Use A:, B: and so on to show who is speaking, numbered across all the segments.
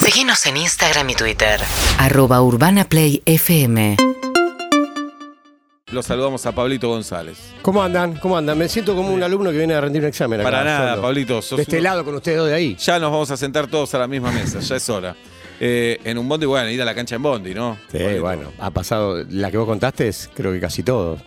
A: Seguinos en Instagram y Twitter.
B: arroba urbanaplayfm
C: Lo saludamos a Pablito González.
D: ¿Cómo andan? ¿Cómo andan? Me siento como un alumno que viene a rendir un examen. acá,
C: Para nada,
D: solo.
C: Pablito. sos
D: De este
C: un-
D: lado con ustedes dos de ahí.
C: Ya nos vamos a sentar todos a la misma mesa, ya es hora. Eh, en un bondi, bueno, ir a la cancha en bondi, ¿no?
D: Sí,
C: Pablito.
D: bueno, ha pasado. La que vos contaste es, creo que casi todo.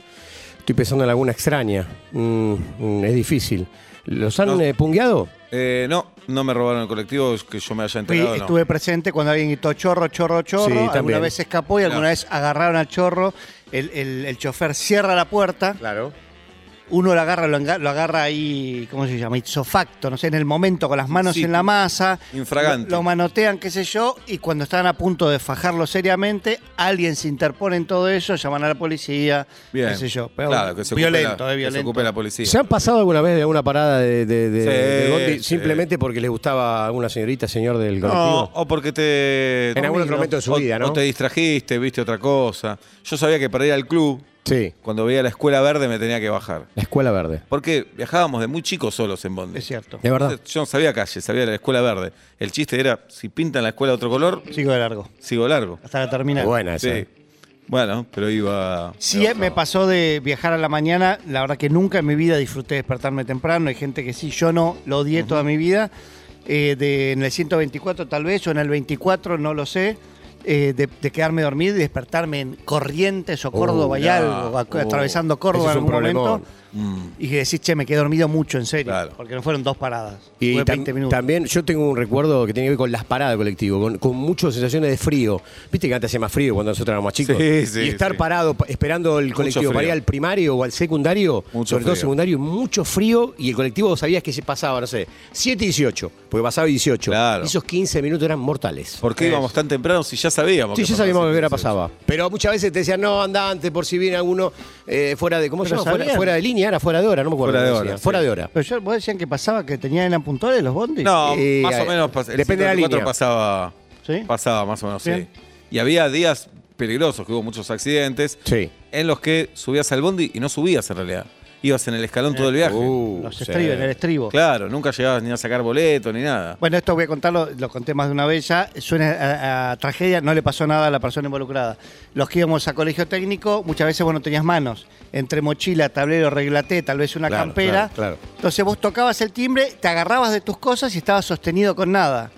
D: Estoy pensando en alguna extraña. Mm, mm, es difícil. ¿Los han
C: No.
D: eh, pungueado?
C: Eh, no, no me robaron el colectivo, es que yo me haya
E: Fui-
C: enterado. no.
E: estuve presente cuando alguien gritó chorro, chorro, chorro.
D: Sí,
E: alguna
D: también.
E: vez se escapó y alguna
C: No.
E: vez agarraron al chorro. El, el- el chofer cierra la puerta,
D: Claro.
E: uno lo agarra, lo, enga- lo agarra ahí, ¿cómo se llama? Isofacto, no sé, en el momento, con las manos
C: Sí.
E: en la masa.
C: Infragante.
E: Lo, lo manotean, qué sé yo, y cuando están a punto de fajarlo seriamente, alguien se interpone en todo eso, llaman a la policía,
C: Bien.
E: qué sé yo. Pero
C: claro, que se ocupe
E: violento,
C: la, que
E: eh,
C: se
E: violento.
C: ocupe la policía.
D: ¿Se han pasado alguna vez de alguna parada de, de- de-
C: Sí,
D: de bondi
C: sí.
D: simplemente porque les gustaba alguna señorita, señor del
C: No,
D: colectivo?
C: o porque te.
D: En algún otro momento de su
C: o-
D: vida, ¿no?
C: O te distrajiste, viste otra cosa. Yo sabía que para ir al club,
D: Sí,
C: cuando veía la escuela verde, me tenía que bajar.
D: la escuela verde.
C: Porque viajábamos de muy chicos solos en bondi.
E: Es cierto.
D: De verdad.
C: Entonces, Yo no sabía calle, sabía la escuela verde. El chiste era, si pintan la escuela de otro color,
E: Sigo de largo,
C: sigo largo.
E: hasta la terminal.
D: Buena esa.
C: Sí. Bueno, pero iba.
E: Sí, eh, me pasó de viajar a la mañana. La verdad que nunca en mi vida disfruté despertarme temprano. Hay gente que sí, yo no, lo odié toda mi vida. Eh, de, en el 124 tal vez, o en el 24, no lo sé. eh, de, de quedarme dormido y despertarme en Corrientes o Córdoba y
C: no.
E: algo, ac-
C: Uh,
E: atravesando
D: Oh,
E: Córdoba
D: ese
E: en
D: es un
E: algún momento.
D: problemón.
C: Mm.
E: Y que decís, che, me quedé dormido mucho, en serio.
C: Claro.
E: Porque no fueron dos paradas.
D: Y
E: fue
D: tam-
E: 20 minutos.
D: también yo tengo un recuerdo que tiene que ver con las paradas de colectivo, con, con muchas sensaciones de frío. Viste que antes hacía más frío cuando nosotros éramos chicos.
C: Sí, sí,
D: y estar
C: sí.
D: parado pa- esperando el colectivo para
C: frío.
D: ir al primario o al secundario,
C: Mucho
D: sobre todo
C: frío.
D: secundario, mucho frío y el colectivo vos sabías que se pasaba, no sé, 7 y 18, porque pasaba 18.
C: Claro.
D: Esos 15 minutos eran mortales.
C: ¿Por qué íbamos tan temprano si ya sabíamos?
D: Sí,
C: que
D: ya sabíamos
C: pasaba
D: que era
C: ese
D: pasaba. Pero muchas veces te decían, no, anda antes por si viene alguno eh, fuera de. ¿Cómo se
E: Pero
D: llama? Fuera,
E: sabían.
D: fuera de línea, era fuera de hora, no me acuerdo.
C: Fuera de
D: cómo
C: hora,
D: decía.
C: sí.
D: Fuera de hora.
E: Pero yo, vos decían que pasaba, que tenían eran puntuales los bondis.
C: No,
D: Eh,
C: más o
D: eh,
C: menos. pas- el
D: depende de la
C: 124
D: línea.
C: Pasaba,
E: ¿Sí?
C: pasaba, más o menos,
E: Bien.
C: sí. Y había días peligrosos, que hubo muchos accidentes,
D: Sí.
C: en los que subías al bondi y no subías en realidad. Ibas en el escalón todo el viaje.
D: Uh,
E: Los
D: sí.
E: estribos, en el estribo.
C: Claro, nunca llegabas ni a sacar boleto ni nada.
E: Bueno, esto voy a contarlo, lo conté más de una vez ya, suena a, a tragedia, no le pasó nada a la persona involucrada. Los que íbamos a colegio técnico, muchas veces vos no tenías manos, entre mochila, tablero, reglaté, tal vez una
D: Claro,
E: campera.
D: claro, claro.
E: Entonces vos tocabas el timbre, te agarrabas de tus cosas y estabas sostenido con nada.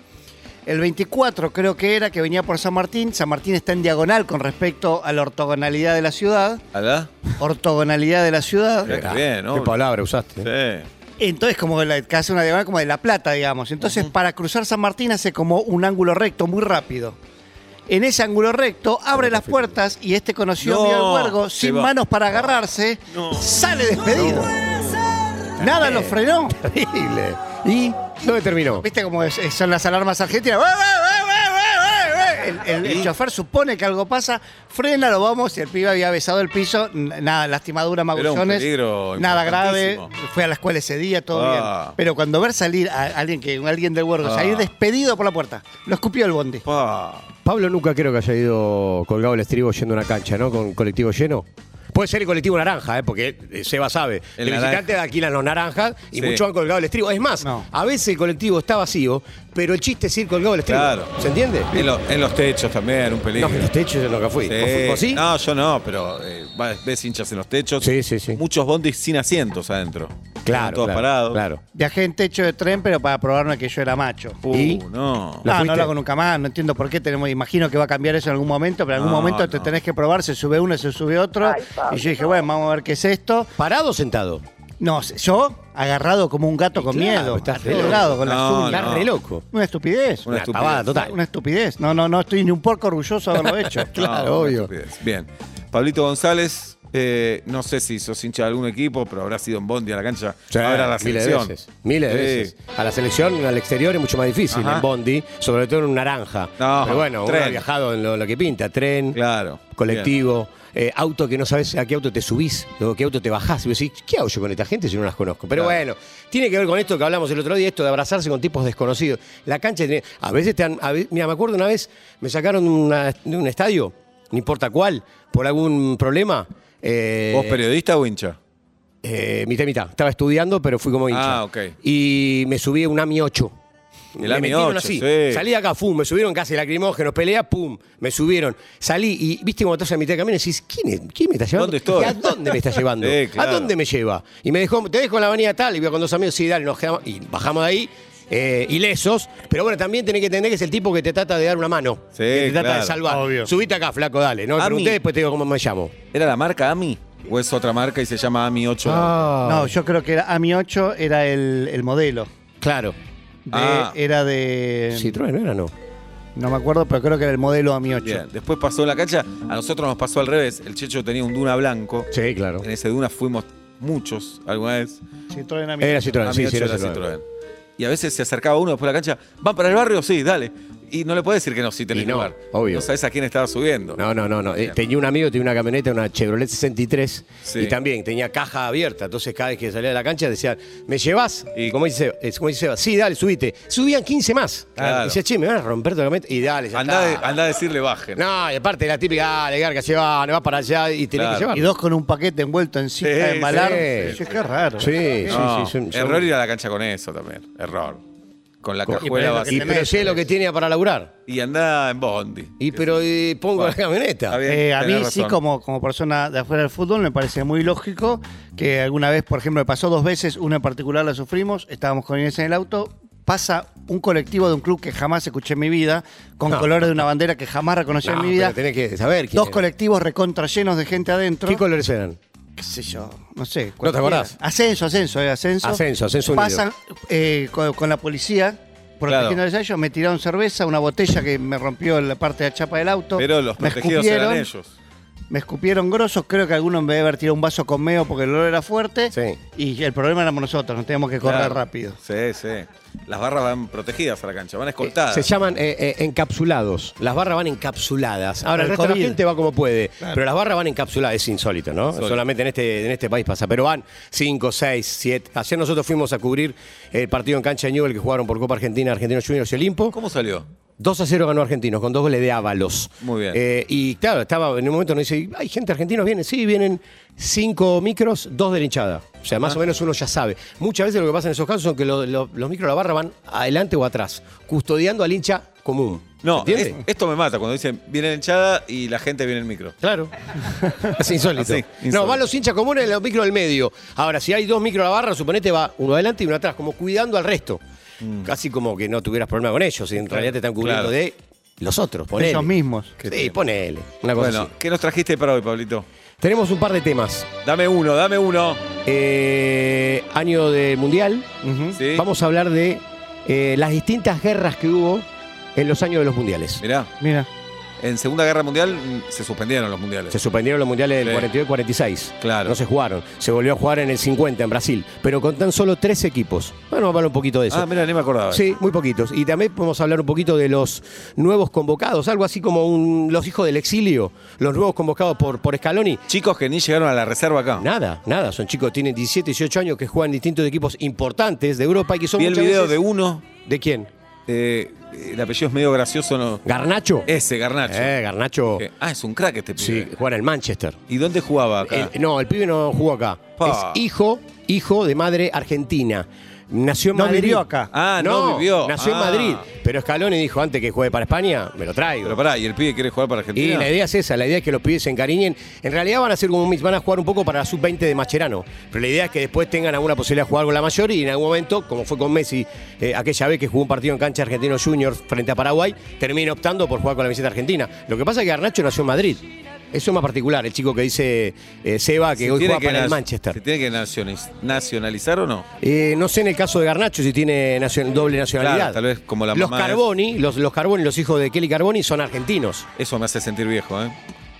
E: El 24 creo que era, que venía por San Martín, San Martín está en diagonal con respecto a la ortogonalidad de la ciudad,
C: ¿Alá?
E: ortogonalidad de la ciudad.
C: Mirá qué bien, ¿no?
D: ¿Qué palabra usaste?
C: Sí.
E: Entonces, como la, que hace una diagonal como de La Plata, digamos. Entonces, para cruzar San Martín hace como un ángulo recto muy rápido. En ese ángulo recto abre las puertas y este conocido
C: No,
E: Miguel Huergo,
C: se
E: sin
C: va.
E: manos para agarrarse, sale despedido. Nada lo frenó.
D: Terrible. ¿Y dónde terminó?
E: ¿Viste cómo es- es- son las alarmas argentinas? ¡Bua, bua, bua, bua, bua, bua! El, el- el chofer supone que algo pasa, frena, lo vamos, y el pibe había besado el piso, n- nada, lastimadura, magullones,
C: peligro
E: nada grave,
C: importantísimo.
E: fue a la escuela ese día, todo
C: Ah.
E: bien. Pero cuando ver salir a alguien, que, alguien del huergo
C: Ah.
E: salir despedido por la puerta, lo escupió el bondi.
C: Pa.
D: Pablo nunca creo que haya ido colgado el estribo yendo a una cancha, ¿no? Con colectivo lleno. Puede ser el colectivo naranja, ¿eh? porque eh, Seba sabe.
C: El
D: El,
C: naranja.
D: visitante alquilan los naranjas y
C: Sí.
D: muchos han colgado el estribo. Es más,
E: No.
D: a veces el colectivo está vacío, pero el chiste es ir colgado el estribo.
C: Claro.
D: ¿Se entiende?
C: En, lo- en los techos también, un
D: No,
C: peligro.
D: pero los techos yo nunca fui.
C: Sí.
D: ¿Vos fu- vos sí?
C: No, yo no, pero eh, va- ves hinchas en los techos.
D: Sí, sí, sí.
C: Muchos bondis sin asientos adentro. Estaban
D: Claro.
C: Todos
D: claro,
C: parados.
D: Claro.
E: Viajé en techo de tren, pero para probarme que yo era macho. Ah,
C: Uh,
D: ¿Y?
C: no.
D: ¿La
E: No, no
D: fuiste?
E: lo hago nunca más, no entiendo por qué tenemos, imagino que va a cambiar eso en algún momento, pero en algún
C: No,
E: momento te
C: Ah, no.
E: tenés que probar, se sube uno, se sube otro, y yo dije, bueno, vamos a ver qué es esto.
D: ¿Parado o sentado?
E: No, yo agarrado como un gato con
D: claro,
E: miedo,
D: estás
E: a
D: re
E: todo
D: loco.
E: lado, con las
C: No,
E: uñas.
D: Está re loco.
E: Una estupidez.
C: Una
D: Una,
C: estupidez.
D: pavada total.
E: Una estupidez. No, no, no estoy ni un poco orgulloso de haberlo hecho.
C: No,
D: claro,
C: una
D: obvio.
C: estupidez. Bien. Pablito González, eh, no sé si sos hincha de algún equipo, pero habrá sido en bondi a la cancha.
D: Sí,
C: ahora a la
D: miles de
C: selección.
D: veces. Miles de
C: Sí.
D: veces. A la selección, al exterior es mucho más difícil,
C: Ajá.
D: en Bondi, sobre todo en un naranja.
C: No,
D: Pero bueno, uno
C: tren.
D: ha viajado en lo, lo que pinta, tren,
C: Claro.
D: colectivo, eh, auto que no sabes a qué auto te subís, o qué auto te bajás, y vos decís, ¿qué hago yo con esta gente si no las conozco? Pero
C: Claro.
D: bueno, tiene que ver con esto que hablamos el otro día, esto de abrazarse con tipos desconocidos. La cancha tiene- a veces te han, a ve- mira, me acuerdo una vez, me sacaron de una- de un estadio, no importa cuál, por algún problema. eh,
C: ¿Vos periodista o hincha?
D: eh, mitad y mitad. Estaba estudiando, pero fui como hincha.
C: Ah, ok.
D: Y me subí a un AMI 8.
C: El
D: me
C: AMI
D: metieron
C: 8,
D: así.
C: sí.
D: Salí de acá, pum, me subieron casi lacrimógenos, pelea, pum, me subieron. Salí y viste cuando estás a mitad de camino y decís, ¿quién, es? ¿quién me está llevando?
C: ¿Dónde estoy?
D: ¿Y ¿A dónde me está llevando?
C: Sí, claro.
D: ¿A dónde me lleva? Y me dejó, te dejo en la avenida tal, y voy con dos amigos, sí, dale, nos quedamos, y bajamos de ahí. eh, ilesos, pero bueno, también tenés que entender que es el tipo que te trata de dar una mano,
C: Sí,
D: que te trata
C: claro.
D: de salvar.
E: Obvio.
D: Subite acá, flaco, dale. No me
C: A
D: pregunté,
C: mí-
D: después te digo cómo me llamo.
C: ¿Era la marca AMI? ¿O es otra marca y se llama AMI 8?
D: Ah,
E: No, yo creo que era AMI 8 era el, el modelo.
D: Claro.
E: De-
C: Ah.
E: Era de.
D: Citroën, ¿no era no?
E: No me acuerdo, pero creo que era el modelo AMI 8.
C: Bien, Después pasó la cancha, a nosotros nos pasó al revés. El Checho tenía un Duna blanco.
D: Sí, claro.
C: En ese Duna fuimos muchos alguna vez.
E: Citroën AMI
D: Era
E: 8.
D: Citroën,
C: A
D: sí,
C: mí
D: sí,
C: ocho
D: era
C: era
D: Citroën.
C: Citroën. Y a veces se acercaba uno después de la cancha, ¿van para el barrio? Sí, dale. Y no le puede decir que no, si tenés
D: Y no,
C: lugar.
D: obvio.
C: No sabés a quién estaba subiendo.
D: No, no, no, no. Eh, tenía un amigo, tenía una camioneta, una Chevrolet 63,
C: Sí.
D: y también tenía caja abierta. Entonces cada vez que salía de la cancha decían, ¿me llevas?
C: Y-
D: Y como dice, eh, como dice Seba, sí, dale, subite. Subían 15 más.
C: Claro.
D: Y decía, che, me van a romper toda la camioneta. Y dale, ya
C: Andá,
D: está.
C: de- andá a decirle bajen.
D: No, y aparte la típica, dale, garca, lleva, no vas para allá y tenés
C: Claro.
D: que llevar.
E: Y dos con un paquete envuelto en cinta
C: Sí,
E: de embalar.
D: sí.
E: Yo, qué raro.
D: Sí, sí,
C: No,
D: sí. son- son-
C: error ir a la cancha con eso también. Error. Con la cajuela
E: pero es lo que
D: Y
C: vacía.
D: pero sé lo que tenía para laburar.
C: Y andá en bondi.
D: Y pero eh, pongo la camioneta.
C: Está bien,
E: Eh, a mí
C: tenés
E: sí,
C: razón.
E: como, como persona de afuera del fútbol, me parece muy lógico que alguna vez, por ejemplo, me pasó dos veces, una en particular la sufrimos, estábamos con Inés en el auto, pasa un colectivo de un club que jamás escuché en mi vida, con
D: No.
E: colores de una bandera que jamás reconocí
D: No,
E: en mi vida,
D: pero tenés que saber quién
E: dos
D: era.
E: colectivos recontra llenos de gente adentro,
D: ¿Qué colores eran?
E: qué sé yo, no sé.
D: ¿No te
E: cualquiera.
D: acordás?
E: Ascenso, ascenso, eh, ascenso.
D: Ascenso, Ascenso Unido.
E: Pasan eh, con, con la policía. Protegiéndoles a ellos, me tiraron cerveza, una botella que me rompió la parte de la chapa del auto.
C: Pero los
E: me
C: protegidos eran
E: escupieron.
C: ellos.
E: Me escupieron grosos, creo que alguno me debe haber tirado un vaso con meo porque el olor era fuerte.
D: Sí.
E: Y el problema éramos nosotros, nos teníamos que correr
C: Claro.
E: rápido.
C: Sí, sí. Las barras van protegidas a la cancha, van escoltadas.
D: Se llaman eh, eh, encapsulados. Las barras van encapsuladas. Ahora el
E: El
D: resto de la
E: COVID.
D: gente va como puede. Pero las barras van encapsuladas. Es insólito, ¿no?
C: Insólito.
D: Solamente en este, en este país pasa. Pero van 5, 6, 7. Ayer nosotros fuimos a cubrir el partido en cancha de Newell que jugaron por Copa Argentina, Argentinos Juniors y Olimpo.
C: ¿Cómo salió?
D: 2 a 0 ganó Argentinos, con dos goles de Ábalos.
C: Muy bien.
D: Eh, y claro, estaba en un momento nos dice, hay gente argentina, vienen, sí, vienen cinco micros, dos de la hinchada. O sea,
C: Ah.
D: más o menos uno ya sabe. Muchas veces lo que pasa en esos casos son que lo- lo- los micros de la barra van adelante o atrás, custodiando al hincha común.
C: No,
D: ¿Entiendes?
C: es- esto me mata cuando dicen viene la hinchada y la gente viene en micro.
D: Claro. Es insólito.
C: Así, insólito.
D: No, van los hinchas comunes en los micros del medio. Ahora, si hay dos micros a la barra, suponete va uno adelante y uno atrás, como cuidando al resto. Casi como que no tuvieras problema con ellos, y en realidad te están cubriendo
C: Mm. claro.
D: de los otros, ponele.
E: Ellos mismos.
D: Sí, ponele. Una cosa
C: Bueno,
D: así.
C: ¿qué nos trajiste para hoy, Pablito?
D: Tenemos un par de temas.
C: Dame uno, dame uno.
D: Eh, año del Mundial.
E: Ujú.
C: Sí.
D: Vamos a hablar de eh, las distintas guerras que hubo en los años de los Mundiales.
C: Mirá,
E: Mira,
C: en Segunda Guerra Mundial mm, se suspendieron los mundiales.
D: Se suspendieron los mundiales del
C: Sí.
D: 42 y 46.
C: Claro.
D: No se jugaron. Se volvió a jugar en el 50 en Brasil, pero con tan solo tres equipos. Bueno, vamos a hablar un poquito de eso.
C: Ah, mira, ni me acordaba.
D: Sí, muy poquitos. Y también podemos hablar un poquito de los nuevos convocados, algo así como un- los hijos del exilio, los nuevos convocados por, por Scaloni,
C: Chicos que ni llegaron a la reserva acá.
D: Nada, nada. Son chicos que tienen 17, 18 años que juegan en distintos equipos importantes de Europa y que son
C: Vi el
D: muchas
C: video
D: veces-
C: de uno,
D: ¿De quién?
C: eh, el apellido es medio gracioso, ¿no?
D: ¿Garnacho?
C: Ese, Garnacho.
D: Eh, Garnacho.
C: Eh, Ah, es un crack este
D: sí,
C: pibe.
D: juega en el Manchester.
C: ¿Y dónde jugaba acá?
D: El- no, el pibe no jugó acá.
C: Pa.
D: Es hijo, hijo de madre argentina. Nació en
E: No
D: Madrid.
E: vivió acá.
C: Ah, no vivió.
D: Nació en
C: Ah.
D: Madrid. Pero Scaloni dijo, antes que juegue para España, me lo traigo.
C: Pero pará, ¿y el pibe quiere jugar para
D: Y
C: Argentina?
D: la idea es esa, la idea es que los pibes se encariñen. En realidad van a ser como un mix, van a jugar un poco para la sub-20 de Macherano. Pero la idea es que después tengan alguna posibilidad de jugar con la mayor y en algún momento, como fue con Messi eh, aquella vez que jugó un partido en cancha argentino junior frente a Paraguay, termina optando por jugar con la camiseta argentina. Lo que pasa es que Garnacho nació en Madrid. Eso es más particular, el chico que dice eh, Seba que
C: ¿Se
D: hoy
C: tiene
D: juega
C: que
D: para el
C: na-
D: Manchester.
C: ¿Se tiene que nacionaliz- nacionalizar o no?
D: Eh, no sé en el caso de Garnacho si tiene nacion- doble nacionalidad.
C: Claro, tal vez como la
D: los
C: mamá es-
D: Carboni, los, los Carboni, los hijos de Kelly Carboni son argentinos.
C: Eso me hace sentir viejo, ¿eh?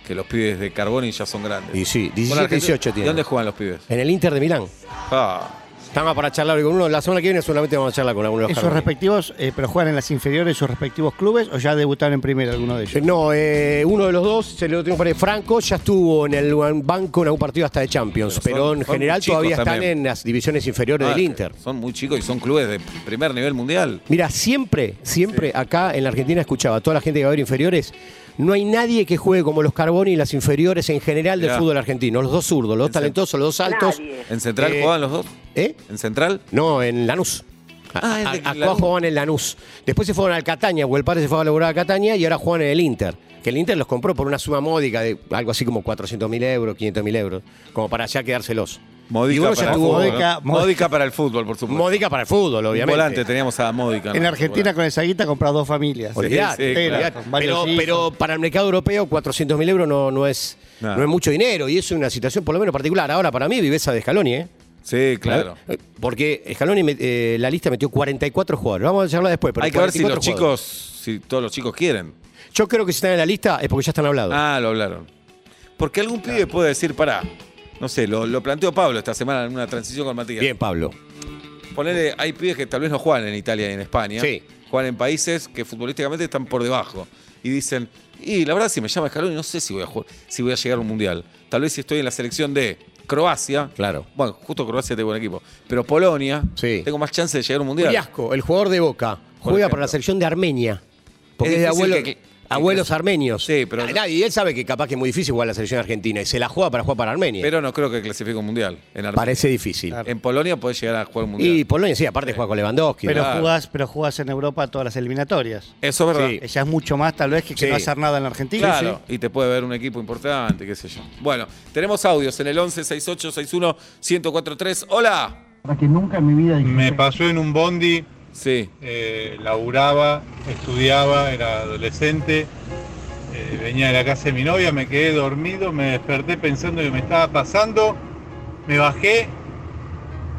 C: Que los pibes de Carboni ya son grandes.
D: Y sí, 17,
C: Bueno, Argentina-
D: 18 tiene.
C: ¿Y dónde juegan los pibes?
D: En el Inter de Milán.
C: Ah,
D: Estamos para charlar hoy con uno. La semana que viene solamente vamos a charlar con algunos.
E: esos respectivos, eh, pero juegan en las inferiores de sus respectivos clubes o ya debutaron en primera alguno de ellos.
D: No, eh, uno de los dos, se lo tengo para Franco, ya estuvo en el banco en algún partido hasta de Champions,
C: Pero
D: pero,
C: son-
D: en
C: son
D: general
C: chicos
D: todavía están
C: también.
D: en las divisiones inferiores
C: Ah,
D: del Inter.
C: Son muy chicos y son clubes de primer nivel mundial.
D: Mira, siempre, siempre acá en la Argentina escuchaba a toda la gente que va a ver inferiores, no hay nadie que juegue como los Carboni y las inferiores en general del
C: Mirá.
D: fútbol argentino. Los dos zurdos, los dos
C: Ese-
D: talentosos, los dos altos.
C: ¿En Central
D: Eh,
C: juegan los dos?
D: ¿Eh?
C: ¿En Central?
D: No, en Lanús. A,
C: Ah, es de
D: a-
C: Lanús.
D: actuó, jugaban en Lanús. Después se fueron al Cataña, o el padre se fue a laborar a Cataña y ahora juegan en el Inter. Que el Inter los compró por una suma módica de algo así como 400.000 euros, 500.000 euros, como para ya quedárselos. Y
C: Módica
D: uno ya
C: para el
D: tuvo-
C: fútbol. ¿no?
E: Módica-
C: Módica para el fútbol, por supuesto.
D: Módica para el fútbol,
C: Un
D: obviamente.
C: Volante, teníamos a Módica.
E: En
C: ¿no?
E: Argentina con esa guita compras dos familias.
D: Olvidate,
C: Sí, sí, claro.
D: olvidate.
E: Con varios
D: Pero,
E: hijos.
D: pero para el mercado europeo 400.000 euros no, no, es,
C: Nada.
D: no es mucho dinero y eso es una situación por lo menos particular. Ahora, para mí, viveza de Scaloni, ¿eh?
C: Sí, claro.
D: Eh, Porque Scaloni, met- eh, la lista metió 44 jugadores. Vamos a hablar después. Pero
C: Hay que ver si los
D: 44 jugadores.
C: chicos, si todos los chicos quieren.
D: Yo creo que si están en la lista es porque ya están hablados.
C: Ah, lo hablaron. Porque algún pibe puede decir, pará. No sé, lo, lo planteó Pablo esta semana en una transición con Matías.
D: Bien, Pablo.
C: Ponele, hay pibes que tal vez no juegan en Italia y en España.
D: Sí.
C: Juegan en países que futbolísticamente están por debajo. Y dicen, y la verdad, si me llama Scaloni, no sé si voy a jugar, si voy a llegar a un mundial. Tal vez si estoy en la selección de Croacia.
D: Claro.
C: Bueno, justo Croacia tiene buen equipo. Pero Polonia,
D: Sí.
C: tengo más chance de llegar a un mundial.
D: Uriasco, el jugador de Boca,
C: Por
D: juega
C: ejemplo.
D: para la selección de Armenia. Porque
C: Es
D: es de
C: difícil que-
D: abuelo-
C: que-
D: abuelos
C: que-
D: armenios.
C: Sí, pero-
D: Ah, Y él sabe que capaz que es muy difícil jugar a la selección argentina y se la juega para jugar para Armenia.
C: Pero no creo que clasifique un mundial. En, Armenia.
D: Parece difícil.
C: en Polonia podés llegar a jugar un mundial.
D: Y Polonia, sí, aparte juega con Lewandowski.
E: Pero
D: ¿no?
C: Claro.
E: jugás, pero jugás en Europa todas las eliminatorias.
C: Eso es verdad.
D: Sí.
E: Ella es mucho más tal vez que, que
D: Sí.
E: no hacer nada en la Argentina.
C: Claro, y te puede ver un equipo importante, qué sé yo. Bueno, tenemos audios en el 11 68 61 1043. Hola.
E: Que nunca en mi vida
F: Me pasó en un bondi,
C: Sí,
F: eh, laburaba, estudiaba, era adolescente, eh, venía de la casa de mi novia, me quedé dormido, me desperté pensando que me estaba pasando, me bajé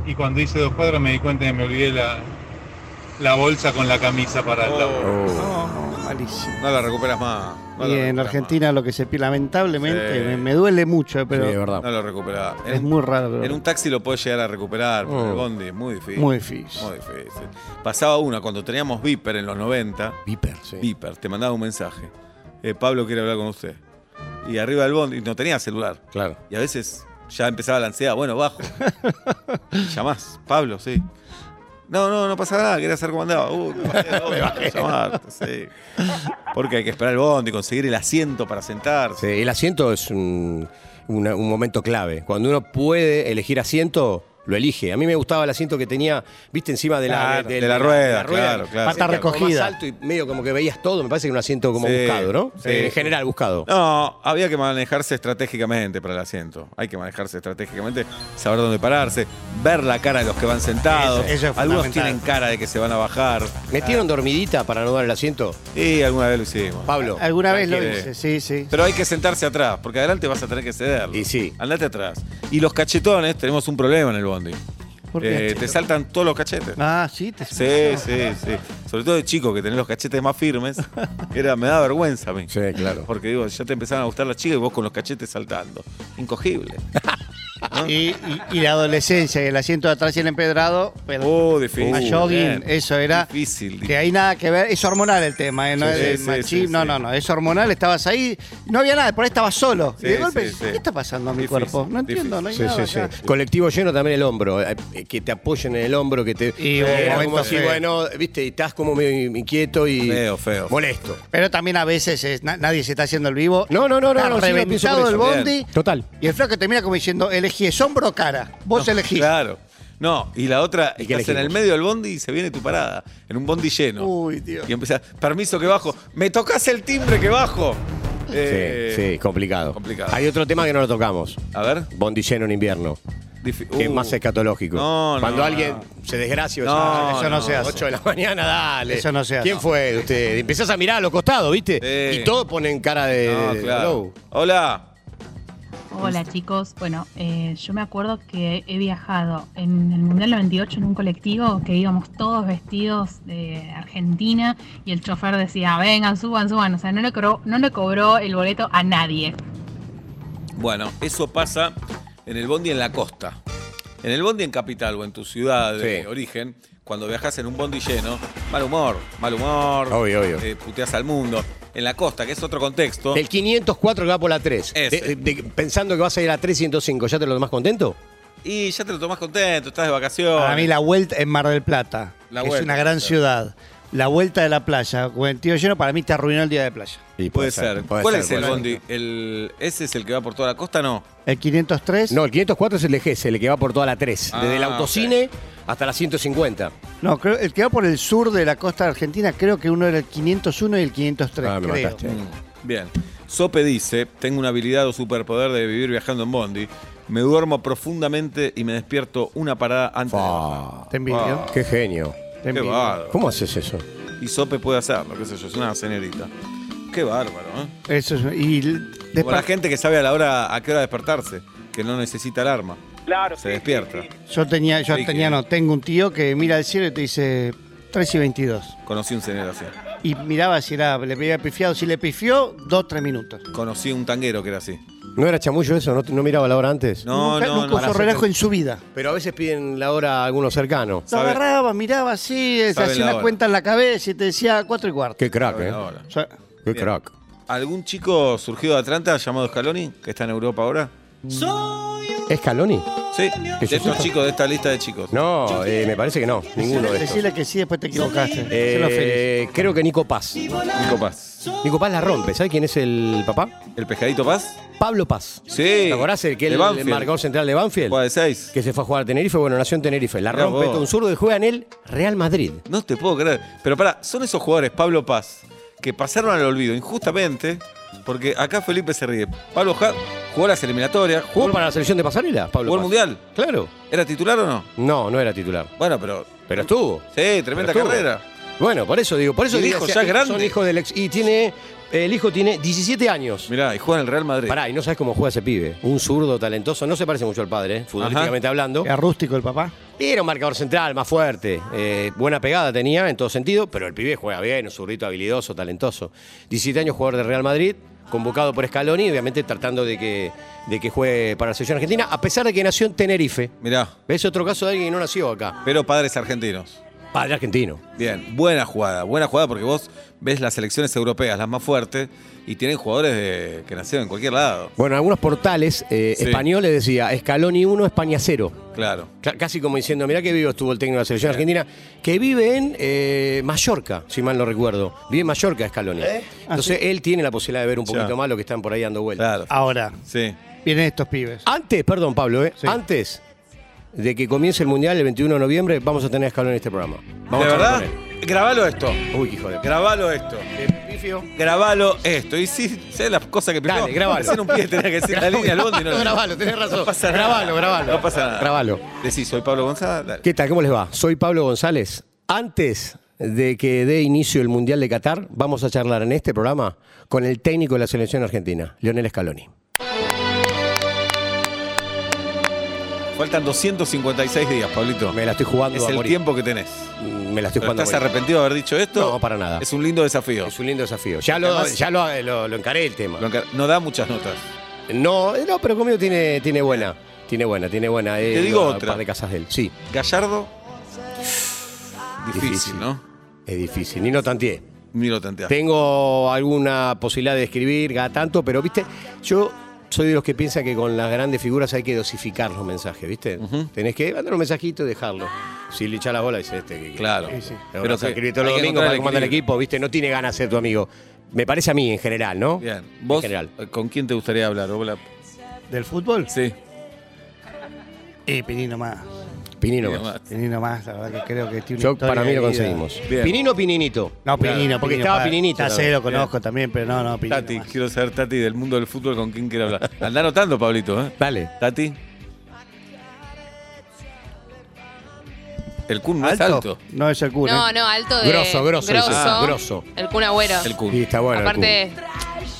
F: y cuando hice dos cuadros me di cuenta que me olvidé la, la bolsa con la camisa para el laburo.
E: malísimo.
C: no la recuperas más. no la
E: Y en
C: recuperás
E: Argentina lo que se pide, lamentablemente,
C: Sí.
E: me, me duele mucho, eh,
D: Sí,
E: pero
D: es verdad.
C: más. No lo recuperás. En,
E: es muy raro. pero
C: en un taxi lo podés llegar a recuperar, pero en el
D: Oh.
C: bondi es muy difícil.
E: Muy difícil.
C: Muy difícil. Pasaba una cuando teníamos Viper en los 90.
D: Viper, sí.
C: Viper, te mandaba un mensaje. Eh, Pablo quiere hablar con usted. Y arriba del bondi, no tenía celular.
D: Claro.
C: Y a veces ya empezaba la ansiedad, bueno, bajo. Llamás, Pablo, sí. No, no, no pasa nada, quería ser comandado. Uh, me bajé, no, me bajé. Llamarte, sí. Porque hay que esperar el bondi, conseguir el asiento para sentarse.
D: Sí, el asiento es un, una- un momento clave. Cuando uno puede elegir asiento, lo elige. A mí me gustaba el asiento que tenía, viste, encima de la,
C: Claro, de la rueda, claro, claro.
E: Pata
D: Era como
E: recogida.
D: Más alto y medio como que veías todo. Me parece que era un asiento como
C: Sí,
D: buscado, ¿no?
C: sí.
D: en general, buscado.
C: No, había que manejarse estratégicamente para el asiento. Hay que manejarse estratégicamente, saber dónde pararse, ver la cara de los que van sentados.
E: Eso, eso es
C: Algunos
E: fundamental.
C: tienen cara de que se van a bajar.
D: ¿Metieron dormidita para no dar el asiento?
C: Y alguna vez lo hicimos.
D: Pablo.
E: Alguna vez lo
C: Tranquilo.
E: hice, sí, sí.
C: Pero hay que sentarse atrás, porque adelante vas a tener que ceder.
D: Y sí.
C: Andate atrás. Y los cachetones, tenemos un problema en el bondi.
E: ¿Por qué?
C: Eh, te saltan todos los cachetes.
E: Ah, sí, te
C: Sí, sí, sí. Sobre todo de chico, que tenés los cachetes más firmes. Era, me da vergüenza a mí.
D: Sí, claro.
C: Porque digo, ya te empezaban a gustar las chicas y vos con los cachetes saltando. Incogible.
E: Y, y- y la adolescencia y el asiento de atrás y el empedrado, pero
C: Oh, difícil.
E: a jogging,
C: Bien.
E: eso era.
C: Difícil.
E: Que hay nada que ver, es hormonal el tema, ¿eh? no
C: Sí,
E: es del
C: sí,
E: machismo,
C: sí, sí.
E: no, no, no, es hormonal, estabas ahí, no había nada, por ahí estabas solo.
C: Sí,
E: y de golpe,
C: sí, sí.
E: ¿qué está pasando a mi
C: Difícil,
E: cuerpo? No entiendo,
C: difícil.
E: no hay
D: Sí,
E: nada.
D: sí, sí.
E: acá.
D: Colectivo lleno también el hombro, eh, eh, que te apoyen en el hombro, que te. eh,
E: Y hubo
D: era
E: momentos
D: como si,
E: feos.
D: bueno, viste, y estás como medio inquieto y.
C: Feo, feo.
D: Molesto.
E: Pero también a veces es- na- nadie se está haciendo el vivo.
D: No, no, no, no,
E: Está
D: no, sí, no pienso
E: reventado
D: por
E: el
C: eso.
E: bondi.
C: Bien.
D: Total.
E: Y el flaco termina como diciendo, elegí, ¿es hombro o cara? Vos elegís.
C: Claro. No, y la otra,
D: ¿Y qué
C: estás en el
D: elegimos?
C: medio del bondi y se viene tu parada, en un bondi lleno.
E: Uy, Dios.
C: Y empieza, permiso que bajo, me tocas el timbre que bajo.
D: Sí,
C: Eh,
D: sí, complicado.
C: complicado.
D: Hay otro tema que no lo tocamos.
C: A ver.
D: Bondi lleno en invierno,
C: difi-
D: que es
C: uh.
D: más escatológico.
C: No, no,
D: Cuando
C: no.
D: alguien se desgracia, "Ah,
C: No,
E: eso no se hace.
D: 8 de la mañana, dale.
E: Eso no se hace.
D: ¿Quién fue de usted? Empezás a mirar a los costados, ¿viste?
C: Sí.
D: Y todos ponen cara de.
C: No,
D: de-
C: claro.
D: hello.
C: Hola.
G: Hola chicos, bueno, eh, yo me acuerdo que he viajado en el Mundial 98 en un colectivo que íbamos todos vestidos de Argentina y el chofer decía, vengan, suban, suban, o sea, no le cobró, no le cobró el boleto a nadie.
C: Bueno, eso pasa en el bondi en la costa. En el bondi en capital o en tu ciudad de
D: Sí.
C: origen, cuando viajas en un bondi lleno, mal humor, mal humor.
D: Obvio, obvio.
C: eh, puteas al mundo. En la costa, que es otro contexto.
D: Del 504 que va por la 3.
C: Ese.
D: De- de- pensando que vas a ir a 305, ¿ya te lo más contento?
C: Y ya te lo tomás contento, estás de vacaciones.
E: Para mí la vuelta en Mar del Plata,
C: La
E: que es
C: vuelta,
E: una gran
C: claro.
E: ciudad. la vuelta de la playa con el tío lleno, para mí te arruinó el día de playa.
H: Y
C: Puede ser.
H: puede
C: ¿Cuál
H: ser,
C: es el
H: puede ser.
C: bondi? El, ¿Ese es el que va por toda la costa? No.
E: El 503,
D: No,
E: no,
D: el 504 es el de Gese, el que va por toda la 3,
C: Ah,
D: desde el autocine hasta la 150.
E: creo, el que va por el sur de la costa de Argentina, creo que uno era el 501 y el 503,
D: Ah, me
E: creo.
D: mataste.
C: Bien. Sope dice, tengo una habilidad o superpoder de vivir viajando en bondi. Me duermo profundamente y me despierto una parada antes. de bajar".
D: Fa,
E: Te envidio.
D: ¡Qué genio!
E: te
C: Ah, Qué
E: envidio.
C: bárbaro.
D: ¿Cómo haces eso?
C: Y Sope puede hacerlo, qué sé yo, es una señorita. Qué bárbaro, ¿eh?
E: Eso es, y
C: Como la
E: después,
C: gente que sabe a la hora a qué hora despertarse, que no necesita alarma.
I: Claro,
C: Se
I: sí,
C: despierta.
I: sí, sí.
E: yo tenía, yo
C: Sí,
E: tenía,
C: que-
E: no, tengo un tío que mira al cielo y te dice 3 y 22.
C: Conocí un señor así.
E: Y miraba si era, le había pifiado. Si le pifió, dos, tres minutos.
C: Conocí un tanguero que era así.
D: ¿No era chamullo eso? ¿No, no miraba la hora antes?
C: No,
E: nunca,
C: no,
E: nunca
C: no.
E: usó relajo en su vida.
D: Pero a veces piden la hora a alguno cercano.
E: Lo
C: Sabe-
E: agarraba, miraba así, se
C: Sabe
E: hacía
C: la
E: una
C: hora.
E: cuenta en la cabeza y te decía cuatro y cuarto.
D: Qué crack, ¿eh?
C: Ahora.
E: O sea,
D: Qué
C: Bien.
D: crack.
C: ¿Algún chico surgido de Atlanta llamado Scaloni, que está en Europa ahora?
D: ¿Es Caloni?
C: Sí,
D: ¿Que
C: de
D: yo
C: estos
D: sepa?
C: chicos, de esta lista de chicos.
D: No, eh, me parece que no. Ninguno de estos.
E: decirle que sí, después te equivocaste.
D: Eh,
E: Hacelo feliz.
D: creo que Nico Paz.
C: Nico Paz.
D: Nico Paz la rompe. ¿Sabes quién es el papá?
C: ¿El pescadito Paz?
D: Pablo Paz.
C: Sí.
D: ¿Te acordás el que
C: De
D: él- el,
C: Banfield.
D: marcador central de Banfield?
C: Juega de seis.
D: Que se fue a jugar a Tenerife. Bueno, nació en Tenerife. La
C: Mirá
D: rompe
C: vos.
D: con un zurdo y juega en el Real Madrid.
C: No te puedo creer. Pero pará, son esos jugadores, Pablo Paz, que pasaron al olvido injustamente, porque acá Felipe se ríe. Pablo Ja- jugó las eliminatorias, jugó,
D: ¿Jugó para la selección de pasarela, Pablo
C: jugó el
D: Paz?
C: Mundial.
D: Claro.
C: ¿Era titular o no?
D: No, no era titular.
C: Bueno, pero...
D: Pero estuvo.
C: Sí, tremenda
D: Pero estuvo.
C: carrera.
D: Bueno, por eso digo, por eso
C: Y el
D: digo,
C: hijo
D: o sea,
C: ya es
D: que
C: grande.
D: Son hijos del ex. Y tiene. El hijo tiene 17 años.
C: Mirá, y juega en el Real Madrid.
D: Pará, y no sabes cómo juega ese pibe. Un zurdo talentoso. No se parece mucho al padre, ¿eh? futbolísticamente hablando.
E: Era rústico el papá.
D: Era un marcador central más fuerte, eh, buena pegada tenía en todo sentido, pero el pibe juega bien, un zurdito habilidoso, talentoso. 17 años jugador de Real Madrid, convocado por Scaloni, obviamente tratando de que, de que juegue para la selección argentina, a pesar de que nació en Tenerife.
C: Mirá,
D: Es otro caso de alguien que no nació acá,
C: pero padres argentinos.
D: padre argentino.
C: Bien, buena jugada, buena jugada porque vos ves las selecciones europeas, las más fuertes, y tienen jugadores de- que nacieron en cualquier lado.
D: Bueno, algunos portales eh,
C: Sí.
D: españoles decía Scaloni 1, España 0.
C: Claro.
D: Casi como diciendo, mirá que vivo estuvo el técnico de la selección argentina, que vive en eh, Mallorca, si mal no recuerdo. Vive en Mallorca, Scaloni. Entonces él tiene la posibilidad de ver un
C: Ya.
D: poquito más lo que están por ahí dando vueltas.
C: Claro.
E: Ahora,
C: Sí.
E: vienen estos pibes.
D: Antes, perdón Pablo, ¿eh?
E: Sí.
D: antes de que comience el Mundial el 21 de noviembre, vamos a tener a Scaloni en este programa. Vamos
C: ¿De
D: a hablar
C: verdad? Grabalo esto.
D: con él. Uy, qué hijo de... p-
C: Grabalo esto. Grabalo esto. Y sí, ¿sabes las cosas que
D: Dale, grabalo.
C: Hacer un pie, tenés que decir la línea al bondi. No,
D: Grabalo, tenés razón.
C: No pasa nada.
D: grabalo, grabalo.
C: No pasa nada.
D: Grabalo.
C: Decís, soy Pablo González. Dale.
D: ¿Qué tal? ¿Cómo les va? Soy Pablo González. Antes de que dé inicio el Mundial de Qatar, vamos a charlar en este programa con el técnico de la selección argentina, Lionel Scaloni.
C: Faltan 256 días, Pablito.
D: Me la estoy jugando
C: Es
D: a
C: el
D: morir.
C: tiempo que tenés.
D: Me la estoy
C: Pero
D: jugando. a
C: ¿Estás
D: morir.
C: arrepentido de haber dicho esto?
D: No, para nada.
C: Es un lindo desafío.
D: Es un lindo desafío. Ya, lo,
C: Además-
D: ya lo, lo- lo encaré el tema.
C: Lo encar- No da muchas notas.
D: No, eh, no, pero conmigo tiene, tiene buena. Tiene buena, tiene buena. He
C: digo
D: ido a
C: otra.
D: Un par de casas de él. Sí,
C: Gallardo. Difícil,
D: Difícil.
C: ¿no?
D: es difícil. Ni no tantié.
C: Ni lo tanteaste.
D: Tengo alguna posibilidad de escribir cada tanto, pero viste, yo soy de los que piensan que con las grandes figuras hay que dosificar los mensajes, ¿viste? Tenés que mandar un mensajito y dejarlo. Si le echás la bola, dice este. que-
C: Claro.
D: Pero vas a
C: que
D: escribir todos los
C: hay que
D: domingos para
C: encontrar
D: comandar el
C: equilibrio.
D: equipo, ¿viste? No tiene ganas de ser tu amigo. Me parece a mí en general, ¿no?
C: Bien. ¿Vos
D: En general.
C: eh, con quién te gustaría hablar? Hola.
E: ¿Del fútbol?
C: Sí.
E: Eh, Pinino más.
D: Pinino.
C: Bien,
D: más.
C: más.
E: Pinino más, la verdad que creo que tiene una
D: Yo,
E: historia
D: para mí lo
E: de vida.
D: conseguimos.
C: Bien.
D: Pinino o Pininito.
E: No, Pinino,
D: porque
E: Pinino,
D: estaba
E: pa-
D: Pininito. ¿eh?
E: Ya sé, lo
C: Bien.
E: conozco también, pero no, no, Pinino
C: Tati,
E: más.
C: quiero saber, Tati, del mundo del fútbol, con quién quiere hablar. Andá anotando, Pablito, ¿eh?
D: Dale.
C: Tati. El Kun no es alto.
E: No es el culo. ¿eh?
J: No, no, alto de.
D: Grosso, grosso, dice. Ah, grosso.
J: El Kun Agüero.
C: El
D: Y
C: Kun.
D: está bueno. el
J: Aparte,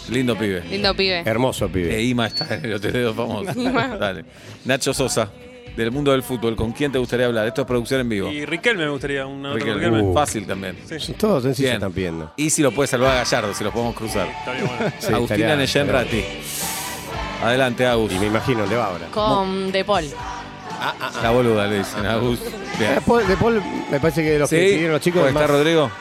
C: Lindo pibe.
J: lindo pibe.
D: Kun. Hermoso
C: E
D: pibe.
C: Ima está en el hotel de los famosos. Dale. Nacho Sosa, del mundo del fútbol, ¿con quién te gustaría hablar? Esto es producción en vivo.
I: Y Riquelme me gustaría. Una otra
C: Riquelme.
I: Riquelme.
D: Uh.
C: Fácil también.
D: Son Todos en sí se
C: Bien.
D: están viendo.
C: Y si lo puede salvar a Gallardo, si lo podemos cruzar.
I: Estaría bueno.
D: Sí,
C: Agustina
D: estaría-
C: Neyen
D: estaría-
C: Ratti. Adelante, Agus. Ah,
D: Y me imagino el de Bábara.
J: Con De Paul.
C: La boluda, le dicen. Agus. Bien. ah.
D: De Paul, de Paul, me parece que de los que
C: Sí,
D: decidieron los chicos
C: ¿Cómo
D: es
C: está
D: más-
C: Rodrigo?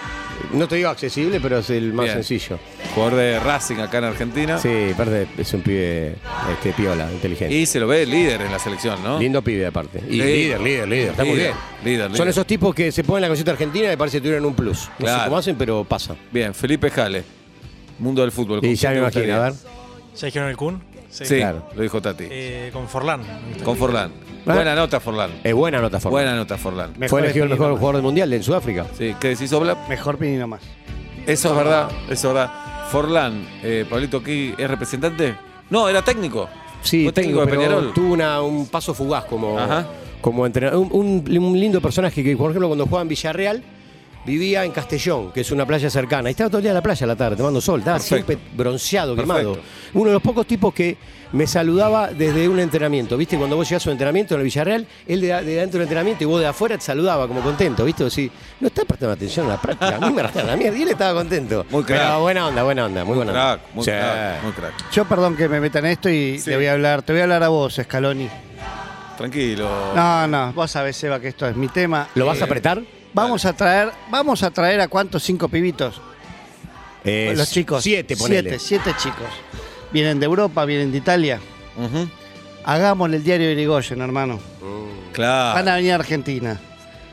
D: No te digo accesible, pero es el más
C: Bien. Ah.
D: sencillo.
C: Jugador de Racing acá en Argentina.
D: Sí, aparte es un pibe este, piola, inteligente.
C: Y se lo ve líder en la selección, ¿no?
D: Lindo pibe aparte. Y
C: Sí.
D: líder, líder, líder. Está muy
C: Líder,
D: bien.
C: líder, líder.
D: Son esos tipos que se ponen la camiseta argentina y parece que tuvieran un plus. No
C: Claro.
D: sé cómo hacen, pero pasa.
C: Bien, Felipe Jale. Mundo del fútbol.
D: Y
C: ¿con
D: ya me
C: quién te
D: imagino, a ver.
C: gustaría?
H: ¿Se dijeron el Kun? Sí.
C: Sí,
D: Claro.
C: lo dijo Tati.
H: Eh, con Forlán. me gusta.
C: Con Forlán. Buena nota, Forlán.
D: Es buena nota, Forlán.
C: Buena nota, Forlán.
D: Fue
E: Mejor
D: elegido el
E: Pinino
D: mejor
E: más.
D: jugador del mundial en Sudáfrica.
C: Sí, ¿qué decís, Oblap?
E: Mejor Pinino más.
C: Eso es verdad, eso es verdad. Forlán, eh, Pablito aquí, ¿es representante? No, era técnico.
D: Sí,
C: Fue
D: técnico,
C: de
D: pero
C: Peñarol.
D: tuvo una- un paso fugaz como,
C: Ajá.
D: como entrenador. Un, un- un lindo personaje que, por ejemplo, cuando jugaba en Villarreal, vivía en Castellón, que es una playa cercana. Y estaba todo el día en la playa a la tarde, tomando sol. Estaba
C: Perfecto.
D: siempre bronceado,
C: Perfecto.
D: quemado. Uno de los pocos tipos que me saludaba desde un entrenamiento. ¿Viste? Cuando vos llegás a un entrenamiento en el Villarreal, él de, de dentro del entrenamiento y vos de afuera te saludaba como contento, ¿viste? Así, no está prestando atención a la práctica. A mí me resta la mierda. Y él estaba contento.
C: Muy crack.
D: Pero buena onda, buena onda, muy buena onda.
C: Crack, muy
D: Sí.
C: crack, muy crack.
E: Yo perdón que me metan esto y
C: Sí.
E: te voy a hablar, te voy a hablar a vos, Scaloni.
C: Tranquilo.
E: No, no, vos sabés, Seba, que esto es mi tema.
D: ¿Lo vas a apretar?
E: Vamos a traer, vamos a traer a cuántos cinco pibitos.
D: Eh,
E: los chicos.
D: Siete, ponele.
E: Siete, siete chicos. Vienen de Europa, vienen de Italia.
C: Ujú.
E: Hagámosle el diario Irigoyen, hermano. Van
C: Claro.
E: a venir a Argentina.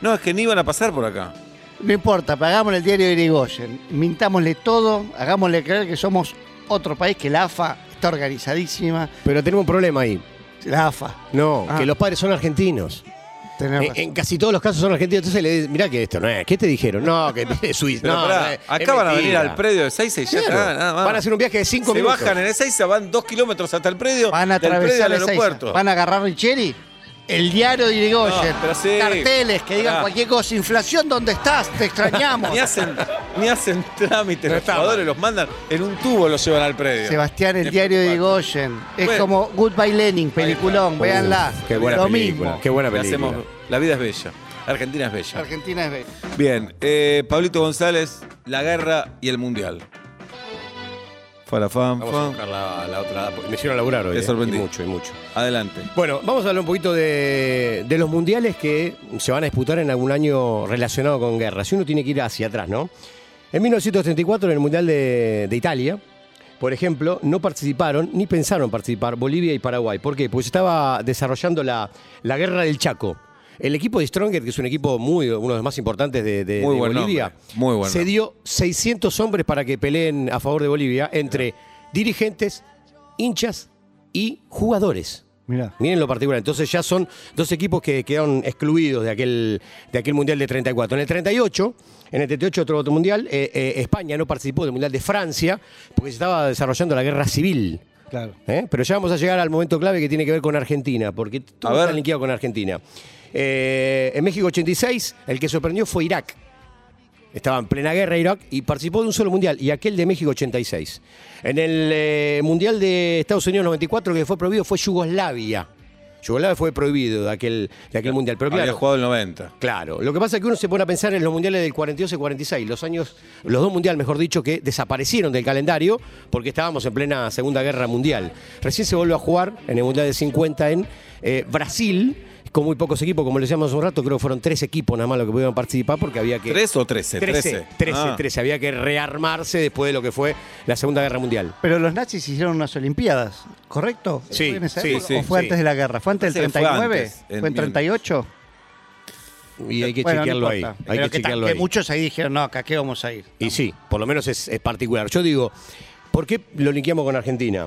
C: No, es que ni iban a pasar por acá.
E: No importa, pero hagámosle el diario Irigoyen. Mintámosle todo, hagámosle creer que somos otro país, que la AFA está organizadísima.
D: Pero tenemos un problema ahí.
E: La AFA.
D: No,
E: Ah.
D: que los padres son argentinos.
E: Tenés
D: En,
E: razón.
D: en casi todos los casos son argentinos. Entonces le dices, mirá que esto no es. ¿Qué te dijeron? No, que es Suiza.
C: Pero
D: no,
C: pará,
D: no es- es
C: acá van a venir
D: mentira.
C: al predio de 6 y ya
D: Claro.
C: está, nada más.
D: Van a hacer un viaje de cinco
C: Se
D: minutos.
C: bajan en el 6 van dos kilómetros hasta el predio.
E: Van a
C: del predio
E: atravesar
C: al
E: el
C: aeropuerto.
E: Van a agarrar Richeri. El diario de Irigoyen.
C: No, pero sí.
E: Carteles que digan
C: Pará.
E: cualquier cosa. Inflación, ¿dónde estás? Te extrañamos.
C: Ni hacen, ni hacen trámites, los jugadores los mandan en un tubo, los llevan al predio.
E: Sebastián, el
C: Es
E: diario de
C: preocupante.
E: Irigoyen. Es
C: Bueno.
E: como Goodbye Lenin, peliculón,
D: Uh,
E: véanla.
D: Qué buena
E: Lo
D: película.
E: mismo.
D: Qué buena
C: Le
D: película.
C: hacemos- la vida es bella. Argentina es bella.
E: Argentina es bella.
C: Bien, eh, Pablito González, la guerra y el mundial. Fue la fan,
D: Vamos a
C: fan.
D: buscar la, la otra. Me hicieron laburar hoy.
C: Te
D: eh,
C: sorprendí.
D: y mucho, y mucho.
C: Adelante.
D: Bueno, vamos a hablar un poquito de, de los mundiales que se van a disputar en algún año relacionado con guerra. Si uno tiene que ir hacia atrás, ¿no? En 1934, en el Mundial de, de Italia, por ejemplo, no participaron ni pensaron participar Bolivia y Paraguay. ¿Por qué? Porque se estaba desarrollando la, la guerra del Chaco. El equipo de Stronger, que es un equipo muy, uno de los más importantes de, de-
C: Muy
D: de
C: buen
D: Bolivia,
C: nombre, muy buen
D: se
C: nombre.
D: dio 600 hombres para que peleen a favor de Bolivia entre dirigentes, hinchas y jugadores.
E: Mirá.
D: Miren lo particular. Entonces ya son dos equipos que quedaron excluidos de aquel, de aquel Mundial de 34. En el 38, en el 38 otro, otro Mundial, eh, eh, España no participó del Mundial de Francia porque se estaba desarrollando la guerra civil.
E: Claro.
D: ¿eh? Pero ya vamos a llegar al momento clave que tiene que ver con Argentina, porque todo
C: A ver.
D: está linkeado con Argentina. Eh, en México 86, el que sorprendió fue Irak. Estaba en plena guerra Irak y participó de un solo mundial, y aquel de México 86. En el eh, mundial de Estados Unidos 94, que fue prohibido, fue Yugoslavia. Yugoslavia fue prohibido de aquel, de aquel mundial. Pero
C: Había
D: claro,
C: jugado el 90.
D: Claro, lo que pasa es que uno se pone a pensar en los mundiales del 42 y 46, los años, los dos mundiales, mejor dicho, que desaparecieron del calendario porque estábamos en plena Segunda Guerra Mundial. Recién se volvió a jugar en el Mundial de 50 en eh, Brasil, con muy pocos equipos, como lo decíamos hace un rato, creo que fueron tres equipos nada más los que pudieron participar porque había que...
C: ¿Tres o trece? Ah.
D: 13, 13, 13, había que rearmarse después de lo que fue la Segunda Guerra Mundial.
E: Pero los nazis hicieron unas Olimpiadas, ¿correcto?
D: Sí,
E: ¿Fue en esa
D: sí,
E: época?
C: sí,
E: ¿O fue
D: sí.
E: antes de la guerra? ¿Fue antes del
C: Parece que fue
E: 39?
C: antes, en
E: ¿Fue en 38?
D: Y hay que
E: Bueno, no
D: chequearlo ahí.
E: importa.
D: Hay que
E: Pero que, ta-
D: chequearlo
E: que
D: ahí.
E: muchos ahí dijeron, no, acá qué vamos a ir.
D: Y sí, por lo menos es, es particular. Yo digo, ¿por qué lo linkeamos con Argentina?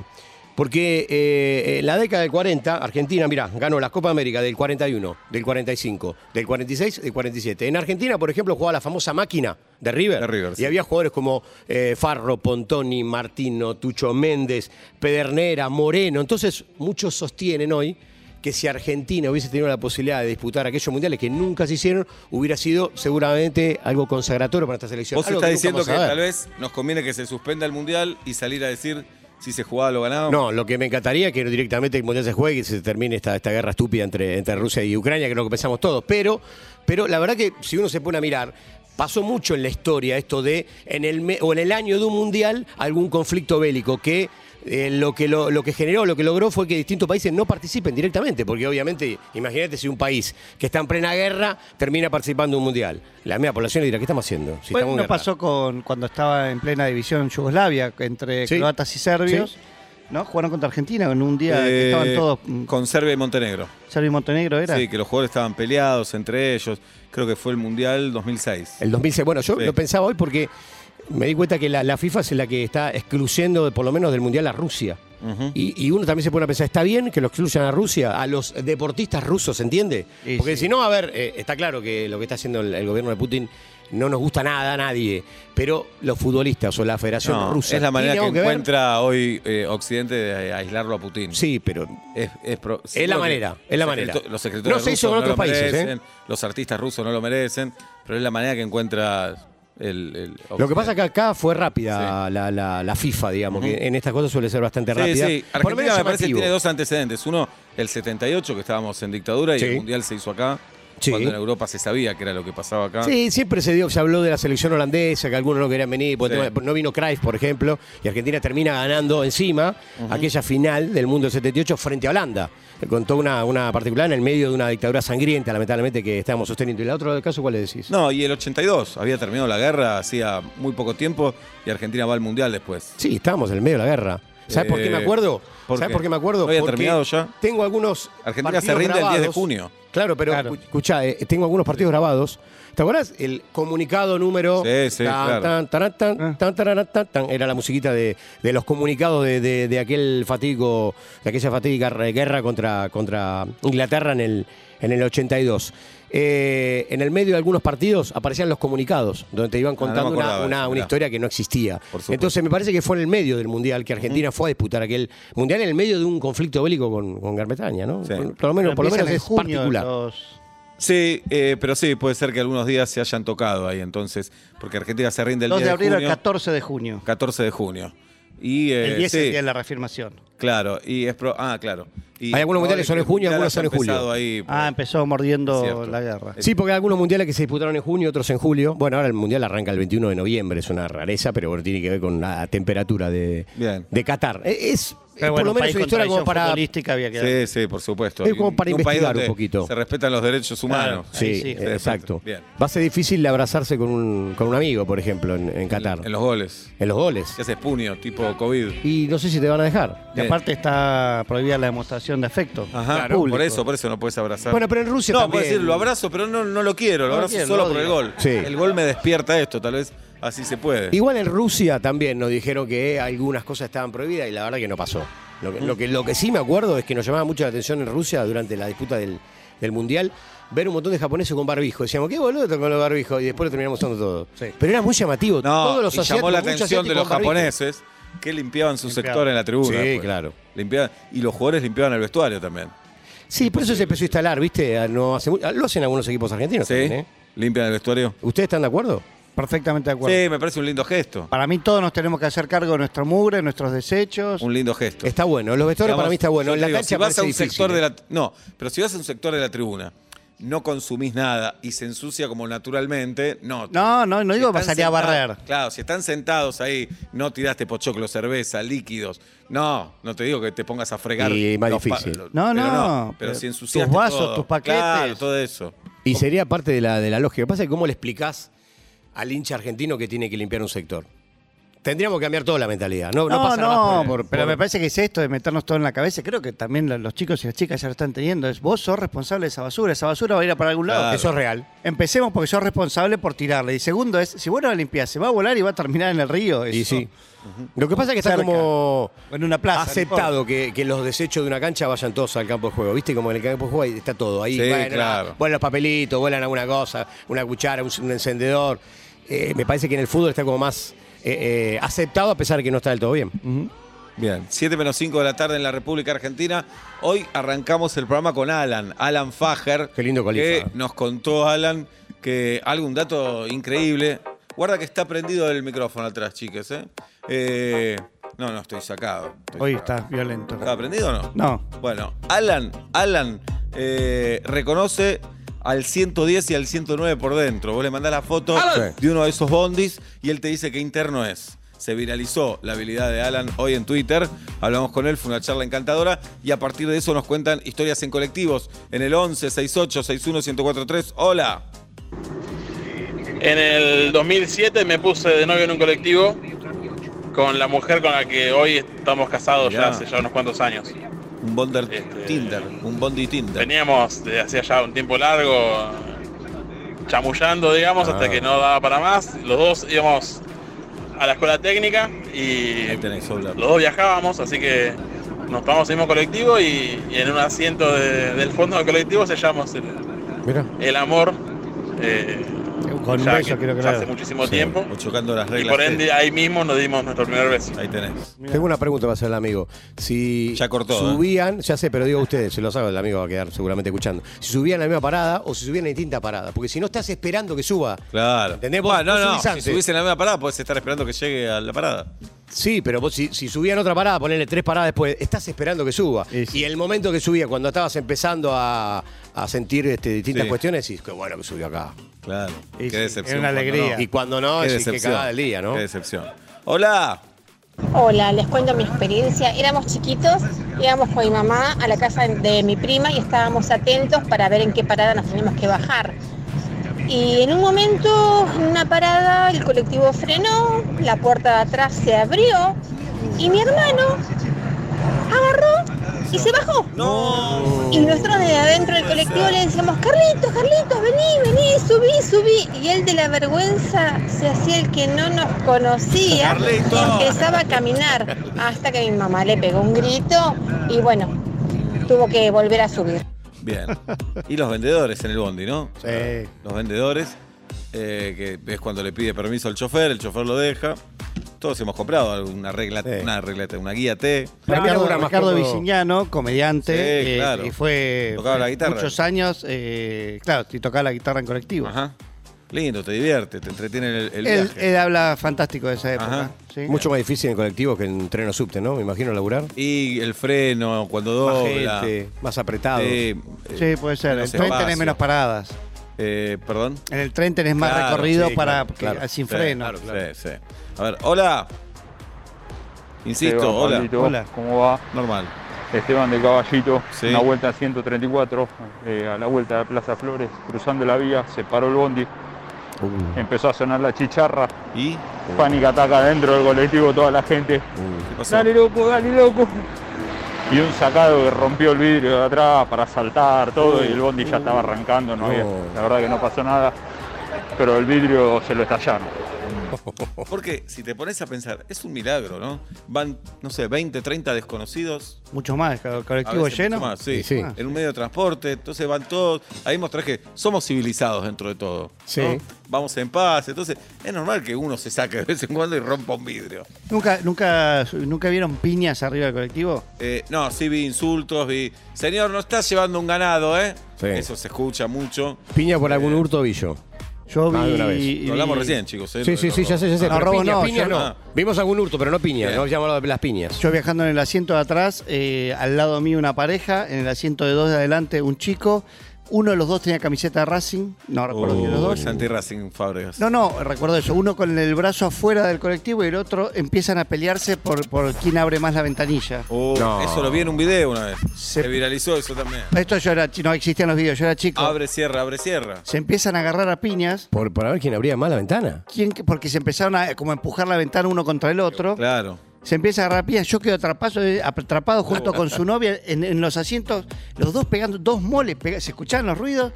D: Porque eh, eh, la década del 40, Argentina, mirá, ganó la Copa América del 41, del 45, del 46, del 47. En Argentina, por ejemplo, jugaba la famosa máquina de River.
C: De River,
D: y
C: sí.
D: había jugadores como eh, Farro, Pontoni, Martino, Tucho Méndez, Pedernera, Moreno. Entonces, muchos sostienen hoy que si Argentina hubiese tenido la posibilidad de disputar aquellos mundiales que nunca se hicieron, hubiera sido seguramente algo consagratorio para esta selección.
C: Vos
D: Algo
C: estás
D: nunca
C: diciendo
D: vamos
C: que
D: a ver.
C: tal vez nos conviene que se suspenda el mundial y salir a decir si se jugaba lo ganaba.
D: No, lo que me encantaría es que directamente el Mundial se juegue y se termine esta, esta guerra estúpida entre, entre Rusia y Ucrania, que es lo que pensamos todos. Pero, pero la verdad que si uno se pone a mirar, Pasó mucho en la historia esto de, en el me- o en el año de un mundial, algún conflicto bélico que. eh, lo, que lo, lo que generó, lo que logró fue que distintos países no participen directamente, porque obviamente, imagínate si un país que está en plena guerra termina participando de un mundial. La media población le dirá, ¿qué estamos haciendo? Si
E: Bueno,
D: estamos en
E: no
D: guerra".
E: pasó con cuando estaba en plena división Yugoslavia entre
D: Sí.
E: croatas y serbios.
D: Sí.
E: ¿No? Jugaron contra Argentina en un día que
C: Eh,
E: estaban todos. mm,
C: Con Serbia y Montenegro.
E: Serbia y Montenegro era.
C: Sí, que los jugadores estaban peleados entre ellos. Creo que fue el Mundial 2006.
D: El 2006. Bueno, yo
C: Sí.
D: lo pensaba hoy porque me di cuenta que la, la FIFA es la que está excluyendo, de- por lo menos del Mundial, a Rusia.
C: Ujú.
D: Y, y uno también se pone a pensar, ¿está bien que lo excluyan a Rusia, a los deportistas rusos, ¿se entiende?
E: Y
D: Porque
E: sí.
D: si no, a ver, eh, está claro que lo que está haciendo el, el gobierno de Putin no nos gusta nada a nadie, pero los futbolistas o la Federación
C: No,
D: Rusa...
C: es la manera
D: ¿tiene
C: que,
D: algo ver?
C: encuentra hoy eh, Occidente de aislarlo a Putin.
D: Sí, pero
C: Es, es pro-
D: Es la
C: seguro que
D: manera, es la
C: secreto-
D: manera.
C: Los secretarios
D: No se hizo
C: rusos
D: con
C: no lo
D: otros países, ¿eh?
C: merecen, los artistas rusos no lo merecen, pero es la manera que encuentra el. el
D: Lo que
C: Occidente.
D: pasa es que acá fue rápida la, la- la FIFA, digamos, que en estas cosas suele ser bastante
C: Sí,
D: rápida.
C: sí.
D: Por lo menos
C: Argentina me parece que
D: llamativo.
C: tiene dos antecedentes. Uno, el 78, que estábamos en dictadura y
D: Sí.
C: el Mundial se hizo acá.
D: Sí.
C: Cuando en Europa se sabía que era lo que pasaba acá.
D: Sí, siempre se dio, se habló de la selección holandesa, que algunos no querían venir, por el
C: Sí.
D: tema de- no vino Cruyff, por ejemplo, y Argentina termina ganando encima aquella final del mundo del 78 frente a Holanda. Contó una, una particular en el medio de una dictadura sangrienta, lamentablemente, que estábamos sosteniendo. ¿Y la otra del caso cuál le decís?
C: No, y el 82, había terminado la guerra hacía muy poco tiempo y Argentina va al Mundial después.
D: Sí, estábamos en el medio de la guerra. ¿Sabes por qué me
C: Eh,
D: acuerdo?
C: ¿por
D: ¿Sabes
C: qué?
D: por qué me acuerdo?
C: ¿No había
D: Porque
C: terminado ya?
D: Tengo algunos.
C: Argentina se
D: partidos
C: rinde el 10 de
D: grabados.
C: junio.
D: Claro, pero
E: Claro.
D: escu- escuchá, eh, tengo algunos partidos grabados. ¿Te acuerdas? El comunicado número.
C: Sí, sí, claro.
D: tan, tarán, tan, tan, tararán, tan, tan. era la musiquita de, de los comunicados de, de- de aquel fatídico, de aquella fatídica re- guerra contra, contra Inglaterra en el, en el 82. Eh, en el medio de algunos partidos aparecían los comunicados, donde te iban
C: Ah, no me
D: contando una-
C: acordaba de
D: una-
C: eso,
D: una
C: mirá.
D: historia historia que no existía.
C: supuesto.
D: Entonces me parece que fue en el medio del Mundial que Argentina fue a disputar aquel Mundial en el medio de un conflicto bélico con, con Gran Bretaña, ¿no?
C: Sí.
D: Por, por lo
E: Pero
D: menos, por lo
E: empiezan
D: menos
E: en
D: es
E: junio
D: particular.
E: los-
C: Sí, eh, pero sí, puede ser que algunos días se hayan tocado ahí entonces, porque Argentina se rinde el
E: 2
C: 10
E: de abril al
C: junio,
E: 14 de junio.
C: 14 de junio. Y, eh,
E: El 10 es
C: sí,
E: el día de la reafirmación.
C: claro, y es pro- ah, claro. Y
D: Hay algunos mundiales son en junio,
C: probable
D: algunos son en
C: que haya empezado
D: julio.
C: ahí,
E: Ah,
C: pues,
E: empezó mordiendo
C: Cierto. Eh,
E: la guerra.
D: Sí, porque hay algunos mundiales que se disputaron en junio, otros en julio. Bueno, ahora el mundial arranca el 21 de noviembre, es una rareza, pero bueno, tiene que ver con la temperatura de,
C: Bien.
D: de Qatar. E- Es, por
E: Pero bueno,
D: lo menos
E: país
D: una
E: con
D: historia como
E: tradición
D: para.
E: futbolística había que
C: Sí, sí, por supuesto.
D: Es
C: Y
D: como para
C: un país
D: investigar un
C: donde
D: poquito.
C: Se respetan los derechos humanos.
D: Sí,
E: sí,
C: de
D: exacto.
C: repente. Bien.
D: Va a ser difícil abrazarse con un, con un amigo, por ejemplo, en, en Qatar.
C: En los goles.
D: en los goles.
C: ¿Qué haces puño, tipo COVID?
D: Y no sé si te van a dejar.
E: Y aparte está prohibida la demostración de afecto.
C: eh. Ajá,
E: Claro. público.
C: por eso, por eso no puedes abrazar.
D: Bueno, pero en Rusia
C: no,
D: también.
C: puedes decir, lo abrazo, pero no, no lo quiero, lo
E: No lo
C: abrazo
E: quiero,
C: solo
E: lo
C: por el
E: odio.
C: gol.
D: Sí.
C: El gol me despierta esto, tal vez así se puede.
D: Igual en Rusia también nos dijeron que algunas cosas estaban prohibidas y la verdad que no pasó. Lo que, lo que, lo que sí me acuerdo es que nos llamaba mucho la atención en Rusia durante la disputa del, del Mundial ver un montón de japoneses con barbijo. Decíamos, qué boludo con los barbijos y después lo terminamos usando todo. Pero era muy llamativo.
C: no,
D: Todos los
C: y llamó la
D: asiáticos, muchos
C: atención de
D: asiáticos
C: los
D: con barbijo.
C: japoneses que limpiaban su
E: Limpiaban.
C: sector en la tribuna.
D: Sí,
C: pues.
D: claro.
C: Limpiaban- y los jugadores limpiaban el vestuario también.
D: Sí, por eso se empezó a instalar, ¿viste? A- No hace, mu- lo hacen algunos equipos argentinos
C: ¿Sí?
D: también, ¿eh?
C: ¿Limpian el vestuario?
D: ¿Ustedes están de acuerdo?
E: Perfectamente de acuerdo.
C: Sí, me parece un lindo gesto.
E: Para mí todos nos tenemos que hacer cargo de nuestro mugre, nuestros desechos.
C: Un lindo gesto.
D: Está bueno. Los vestuarios
C: Digamos,
D: Este para mí está bueno.
C: yo
D: En la
C: te digo,
D: cancha
C: si vas
D: parece
C: a un
D: difícil,
C: sector
D: ¿eh?
C: de la no, pero si vas a un sector de la tribuna, no consumís nada y se ensucia como naturalmente, no.
E: No, no, no digo
C: están
E: pasaría a
C: senta-
E: barrer.
C: Claro, si están sentados ahí, no tiraste pochoclo, cerveza, líquidos. No, no te digo que te pongas a fregar.
D: Y más
C: los pa-
D: difícil.
C: lo-
E: No,
C: pero
E: no,
C: Pero,
E: pero
C: si ensuciaste
E: tus vasos,
C: todo.
E: tus paquetes.
C: Claro, todo eso.
D: Y sería parte de la, de la lógica. Lo que pasa es que cómo le explicás al hincha argentino que tiene que limpiar un sector. Tendríamos que cambiar toda la mentalidad. No, no,
E: No, no,
D: pasar más por-
E: por-
D: por-
E: pero me parece que es esto de meternos todo en la cabeza. Creo que también lo- los chicos y las chicas ya lo están teniendo. Es vos sos responsable de esa basura. Esa basura va a ir a para algún lado.
C: Claro.
D: Eso es real.
E: Empecemos porque sos responsable por tirarla. Y segundo es, si vos no la limpiás, se va a volar y va a terminar en el río.
D: Y
E: eso.
D: sí. Lo que pasa es que está
E: Cerca.
D: como
E: O en una plaza.
D: aceptado que, que los desechos de una cancha vayan todos al campo de juego. ¿Viste? Como en el campo de juego ahí está todo. Ahí
C: Sí,
D: bueno,
C: claro.
D: la- vuelan los papelitos, vuelan alguna cosa, una cuchara, un, un encendedor. Eh, me parece que en el fútbol está como más eh, eh, aceptado a pesar de que no está del todo bien.
C: Bien, 7 menos 5 de la tarde en la República Argentina. Hoy arrancamos el programa con Alan, Alan Fager.
D: Qué lindo colifa.
C: Que nos contó Alan que algún dato increíble. Guarda que está prendido el micrófono atrás, chicos. ¿eh? Eh, no, no, estoy sacado. Estoy
E: Hoy
C: sacado.
E: estás violento.
C: ¿Está prendido o no?
E: No.
C: Bueno, Alan, Alan eh, reconoce al 110 y al 109 por dentro. Vos le mandás la foto de uno de esos bondis y él te dice qué interno es. Se viralizó la habilidad de Alan hoy en Twitter. Hablamos con él, fue una charla encantadora. Y a partir de eso nos cuentan historias en colectivos. En el 11 68 61 1043. Hola.
I: En el 2007 me puse de novio en un colectivo con la mujer con la que hoy estamos casados
C: Mirá.
I: ya hace ya unos cuantos años.
C: Un bonder
I: Este-
C: Tinder. Un bondi Tinder.
I: Veníamos desde hacía ya un tiempo largo chamullando, digamos,
C: Ah.
I: hasta que no daba para más. Los dos íbamos a la escuela técnica
C: Ahí
I: y
C: tenés, hola.
I: los dos viajábamos, así que nos tomamos el mismo colectivo y, y en un asiento de- del fondo del colectivo sellamos el,
D: Mirá.
I: el amor. eh,
E: Con
I: ya
E: besos
I: que-
E: quiero
I: ya
E: creer.
I: hace muchísimo
C: Sí,
I: tiempo.
C: o chocando las
I: Y
C: reglas.
I: por ende ahí mismo nos dimos nuestro primer beso.
C: Ahí tenés.
D: Tengo una pregunta para hacer el amigo. Si
C: Ya cortó, ¿eh?
D: subían, ya sé, pero digo ustedes, se lo sabe, el amigo va a quedar seguramente escuchando. Si subían a la misma parada o si subían a distinta parada. Porque si no estás esperando que suba.
C: Claro.
D: ¿Entendés? Vos-
C: Bueno,
D: vos
C: no,
D: subís
C: no. Si
D: antes.
C: subís en la misma parada, podés estar esperando que llegue a la parada.
D: Sí, pero vos si, si subían otra parada, ponele tres paradas después, estás esperando que suba.
E: Sí, sí.
D: Y el momento que subía, cuando estabas empezando a, a sentir este, distintas
C: Sí.
D: cuestiones, decís, qué bueno que subió acá.
C: Claro.
E: Y
C: Qué
E: sí,
C: decepción.
E: era una
C: cuando
E: alegría.
C: no.
D: Y cuando no,
C: Qué
D: decís, qué
C: decepción.
D: cagada del día, ¿no?
C: Qué decepción. Hola.
J: Hola, les cuento mi experiencia. Éramos chiquitos, íbamos con mi mamá a la casa de mi prima y estábamos atentos para ver en qué parada nos teníamos que bajar. Y en un momento, en una parada, el colectivo frenó, la puerta de atrás se abrió y mi hermano agarró y se bajó.
C: No.
J: Y nosotros de adentro del colectivo le decíamos, Carlitos, Carlitos, vení, vení, subí, subí. Y él de la vergüenza se hacía el que no nos conocía
C: Carlitos.
J: y empezaba a caminar hasta que mi mamá le pegó un grito y bueno, tuvo que volver a subir.
C: Bien. Y los vendedores en el bondi, ¿no?
D: Sí.
C: Los vendedores, eh, que es cuando le pide permiso al chofer, el chofer lo deja. Todos hemos comprado alguna regla,
D: Sí.
C: una regla, una guía T.
D: Para mí
E: Ricardo,
D: ahora más
E: Ricardo
D: cómodo-
E: Vicignano, comediante,
C: Sí,
E: eh,
C: claro.
E: y fue
C: Tocaba la guitarra.
E: muchos años, eh, claro, y tocaba la guitarra en colectivo.
C: Ajá. Lindo, te divierte, te entretiene el, el
E: Él,
C: viaje.
E: él habla fantástico de esa
C: Ajá.
E: época. ¿sí?
D: Mucho más difícil en colectivo que en tren o subte, ¿no? Me imagino laburar.
C: Y el freno, cuando
D: Más
C: dobla.
D: gente, más apretado.
C: Sí, eh,
E: Sí, puede ser.
C: menos
E: En tren
C: espacio.
E: tenés menos paradas.
C: eh, perdón.
E: En el tren tenés más
C: Claro,
E: recorrido
C: sí,
E: para
C: claro,
E: que-
C: claro.
E: sin
C: Sí,
E: freno.
C: claro, Sí, sí. A ver, hola. Insisto,
K: Esteban,
C: hola.
K: Pablito,
E: Hola.
K: ¿Cómo va?
C: Normal.
K: Esteban de Caballito,
C: Sí.
K: una vuelta a 134, eh, a la vuelta de Plaza Flores, cruzando la vía, se paró el bondi, empezó a sonar la chicharra,
C: ¿Y? Uh,
K: pánica ataca dentro del colectivo toda la gente,
C: ¿Qué pasó?
K: dale loco, dale loco. Y un sacado que rompió el vidrio de atrás para saltar todo y el bondi ya estaba arrancando, no había- la verdad que no pasó nada, pero el vidrio se lo estallaron.
C: Porque si te pones a pensar, es un milagro, ¿no? Van, no sé, 20, 30 desconocidos.
E: Mucho más, el
C: a
E: colectivo
C: veces
E: lleno.
C: mucho más, sí,
D: Y sí.
C: En un medio de transporte, entonces van todos. Ahí mostrás que somos civilizados dentro de todo.
D: Sí.
C: ¿no? Vamos en paz. Entonces, es normal que uno se saque de vez en cuando y rompa un vidrio.
E: ¿Nunca, nunca, ¿Nunca vieron piñas arriba del colectivo?
C: Eh, no, sí vi insultos, vi. Señor, no estás llevando un ganado, ¿eh?
D: Sí.
C: Eso se escucha mucho.
D: Piña por
C: Eh.
D: algún hurto billo.
E: Yo vi.
D: Más de una vez.
E: vi-
C: Lo hablamos recién, chicos. ¿eh?
D: Sí,
C: Lo
D: sí,
C: de
D: sí,
C: los
D: ya sé, ya sé.
E: No,
D: pero
E: robo
D: piña,
E: no,
D: piña
E: yo
D: no.
C: no.
D: Vimos algún hurto, pero no piña.
C: Bien.
D: No hemos hablado de las piñas.
E: Yo viajando en el asiento de atrás, eh, al lado mío una pareja, en el asiento de dos de adelante un chico. Uno de los dos tenía camiseta de Racing, no recuerdo quién de los
C: Uh,
E: dos.
C: es anti-Racing Fábregas.
E: No, no, recuerdo eso. Uno con el brazo afuera del colectivo y el otro empiezan a pelearse por, por quién abre más la ventanilla.
C: Uh,
D: No.
C: Eso lo vi en un video una vez.
E: Se-
C: Se viralizó eso también.
E: Esto yo era, chi- no existían los videos, yo era chico.
C: Abre, cierra, abre, cierra.
E: Se empiezan a agarrar a piñas.
D: Por, por ver quién abría más la ventana.
E: ¿Quién que- porque se empezaron a eh, como a empujar la ventana uno contra el otro.
C: Claro.
E: Se empieza a agarrar a piñas. Yo quedo atrapado, eh, atrapado junto con su novia en, en los asientos, los dos pegando, dos moles, pega- se escuchaban los ruidos.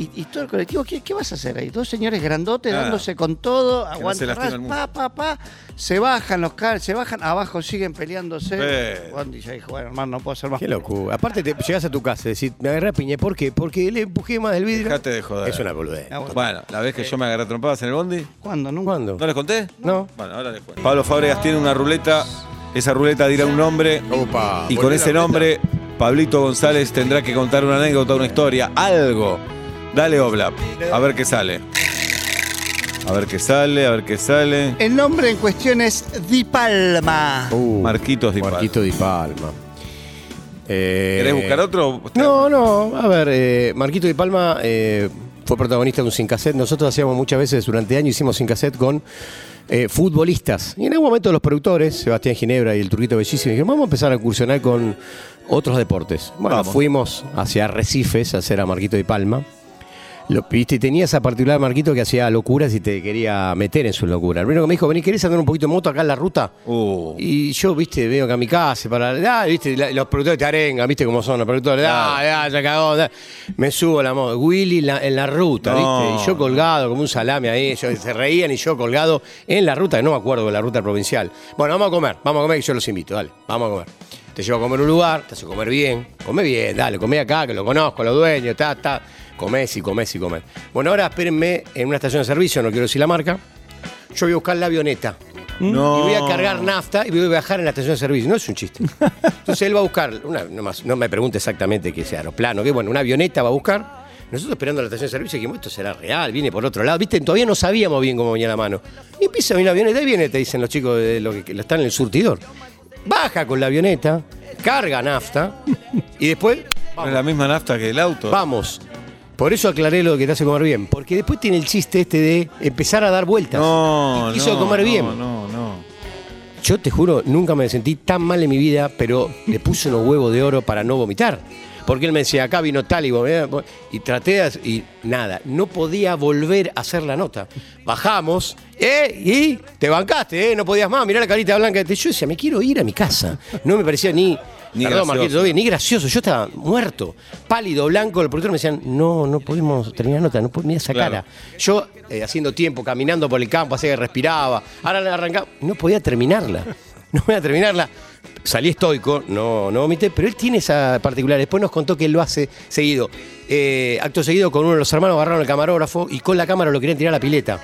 E: Y, y todo el colectivo, ¿qué, qué vas a hacer ahí? Dos señores grandotes
C: Ah.
E: dándose con todo,
C: Que no se
E: aguantan,
C: lastime el mundo.
E: pa, pa, pa, se bajan los car, se bajan, abajo siguen peleándose.
C: Eh.
E: Bondi ya dijo, bueno, hermano, no puedo hacer más.
D: Qué locura. Aparte, te llegas a tu casa y decís, me agarré a piña. ¿Por qué? Porque le empujé más del vidrio.
C: Dejate de joder.
D: Es una boludez.
E: Ah, bueno.
C: Bueno, la vez que yo me agarré a trompadas en el bondi,
E: ¿Cuándo? Nunca.
D: ¿Cuándo?
C: ¿no les conté?
D: No.
C: Bueno, ahora les cuento. Pablo Fábregas tiene una ruleta. Esa ruleta dirá un nombre.
D: Opa.
C: Y con ese nombre, Pablito González tendrá que contar una anécdota, una historia, algo. Dale, Oblap. A ver qué sale. A ver qué sale, a ver qué sale.
E: El nombre en cuestión es Di Palma.
D: Uh,
C: Marquitos Di Palma.
D: Marquito Di Palma. Eh,
C: ¿Querés buscar otro?
D: No, no. A ver, eh, Marquito de Palma eh, fue protagonista de un sin cassette. Nosotros hacíamos muchas veces durante años, hicimos sin cassette con eh, futbolistas. Y en algún momento los productores, Sebastián Ginebra y el Turquito Bellísimo, dijeron, vamos a empezar a incursionar con otros deportes. Bueno,
C: Vamos.
D: fuimos hacia Recifes a hacer a Marquito de Palma. Lo, viste, y tenía esa particular Marquito que hacía locuras y te quería meter en su locura. El primero que me dijo, vení, ¿querés andar un poquito en moto acá en la ruta?
C: Uh,
D: Y yo, viste, veo que a mi casa, para la, viste, la- los productores te arengan, viste cómo son los productores, da, da, ya cagó, da. Me subo a la moto, Willy en la, en la ruta,
C: No.
D: viste, y yo colgado como un salame ahí, yo- se reían y yo colgado en la ruta, que no me acuerdo de la ruta provincial. Bueno, vamos a comer, vamos a comer que yo los invito, dale, vamos a comer. Te llevo a comer a un lugar, te hace comer bien, come bien, dale, come acá, que lo conozco, los dueños, ta, ta, comés y comés y comés. Bueno, ahora espérenme en una estación de servicio, no quiero decir la marca, yo voy a buscar la avioneta.
C: No.
D: Y voy a cargar nafta y voy a viajar en la estación de servicio. No es un chiste. Entonces él va a buscar, una- no, más- no me pregunte exactamente qué sea aeroplano, que bueno, una avioneta va a buscar. Nosotros esperando la estación de servicio dijimos, esto será real, viene por otro lado. Viste, todavía no sabíamos bien cómo venía la mano. Y empieza a venir la avioneta y viene, te dicen los chicos de lo que, que están en el surtidor. Baja con la avioneta, carga nafta y después
C: No es la misma nafta que el auto.
D: Vamos. Por eso aclaré lo que te hace comer bien. Porque después tiene el chiste este de empezar a dar vueltas.
C: No,
D: Y quiso
C: no,
D: comer
C: no,
D: bien.
C: No, no.
D: Yo te juro, nunca me sentí tan mal en mi vida, pero le puse unos huevos de oro para no vomitar. Porque él me decía, acá vino tal y vomé- y traté de hac- y nada, no podía volver a hacer la nota. Bajamos, ¿eh? Y te bancaste, ¿eh? No podías más, mirá la carita blanca. Yo decía, me quiero ir a mi casa. No me parecía ni,
C: Ni
D: perdón,
C: gracioso.
D: Marquito, Dovi, ni gracioso. Yo estaba muerto, pálido, blanco. El productor me decían, no, no podemos terminar la nota, no po- mira esa
C: Claro.
D: cara. Yo eh, haciendo tiempo, caminando por el campo, así que respiraba. Ahora la arrancaba. No podía terminarla. No podía terminarla. Salí estoico, no, no vomité, pero él tiene esa particular. Después nos contó que él lo hace seguido. Eh, acto seguido con uno de los hermanos agarraron el camarógrafo y con la cámara lo querían tirar a la pileta.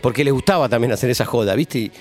D: Porque les gustaba también hacer esa joda, ¿viste? Y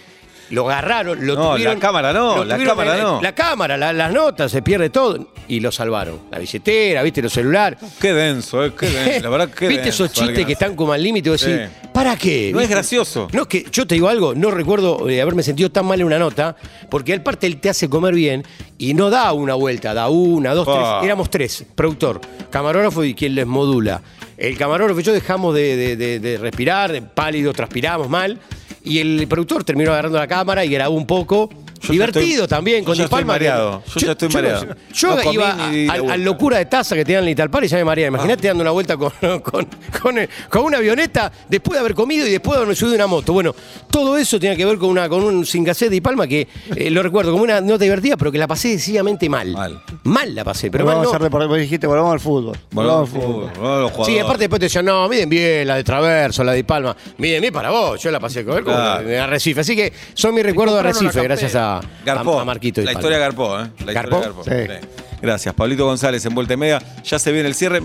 D: lo agarraron, lo
C: No, la
D: tuvieron.
C: cámara no,
D: lo
C: la
D: tuvieron-
C: cámara no.
D: La cámara, la- las notas, se pierde todo. Y lo salvaron. La billetera, ¿viste? Los celulares.
C: Qué denso, eh, qué denso. La verdad, qué
D: ¿Viste esos
C: denso,
D: chistes
C: alguien hace.
D: que están como al límite? Vos decís,
C: Sí.
D: ¿para qué?
C: No es
D: ¿Viste?
C: gracioso.
D: No, es que yo te digo algo, no recuerdo eh, haberme sentido tan mal en una nota, porque al parte él te hace comer bien y no da una vuelta, da una, dos,
C: Pa.
D: tres. Éramos tres, productor, camarógrafo y quien les modula. El camarógrafo y yo dejamos de, de- de- de respirar, de pálido, transpiramos mal, y el productor terminó agarrando la cámara y grabó un poco.
C: Yo ya
D: Divertido
C: estoy-
D: también,
C: yo
D: con
C: ya
D: Di
C: estoy
D: Palma. que-
C: mareado, yo ya estoy
D: no sé,
C: mareado.
D: Yo,
C: No comí
D: iba
C: ni di
D: a-
C: la
D: al- al
C: vuelta.
D: locura de taza que te dan en Italpar y ya me mareé.
C: Ah.
D: Imagínate dando una vuelta con, con, con el- con una avioneta después de haber comido y después de haberme subido a una moto. Bueno, todo eso tiene que ver con, una, con un singacete y palma que eh, lo recuerdo como una nota divertida, pero que la pasé decididamente mal.
C: Mal.
D: Mal la pasé, pero
E: Pero
D: mal
E: vamos
D: no.
E: a hacer deporte, vos dijiste, volvamos al fútbol.
C: Volvamos al fútbol, volvamos a los jugadores.
D: Sí, aparte después te decían, no, miden bien la de Traverso, la de Di Palma. Miden bien para vos, yo la pasé con él como
C: Claro.
D: en Arrecife. Así que son mis recuerdos de Arrecife, gracias a,
C: Garpó.
D: a- a Marquito Di
C: La
D: Palma.
C: historia Garpó, ¿eh? La
D: ¿Garpó?
C: historia Garpó. Sí. Gracias. Pablito González en Vuelta y Media. Ya se viene el cierre.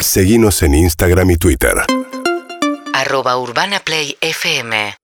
L: Seguinos en Instagram y Twitter.
B: Arroba Urbana Play FM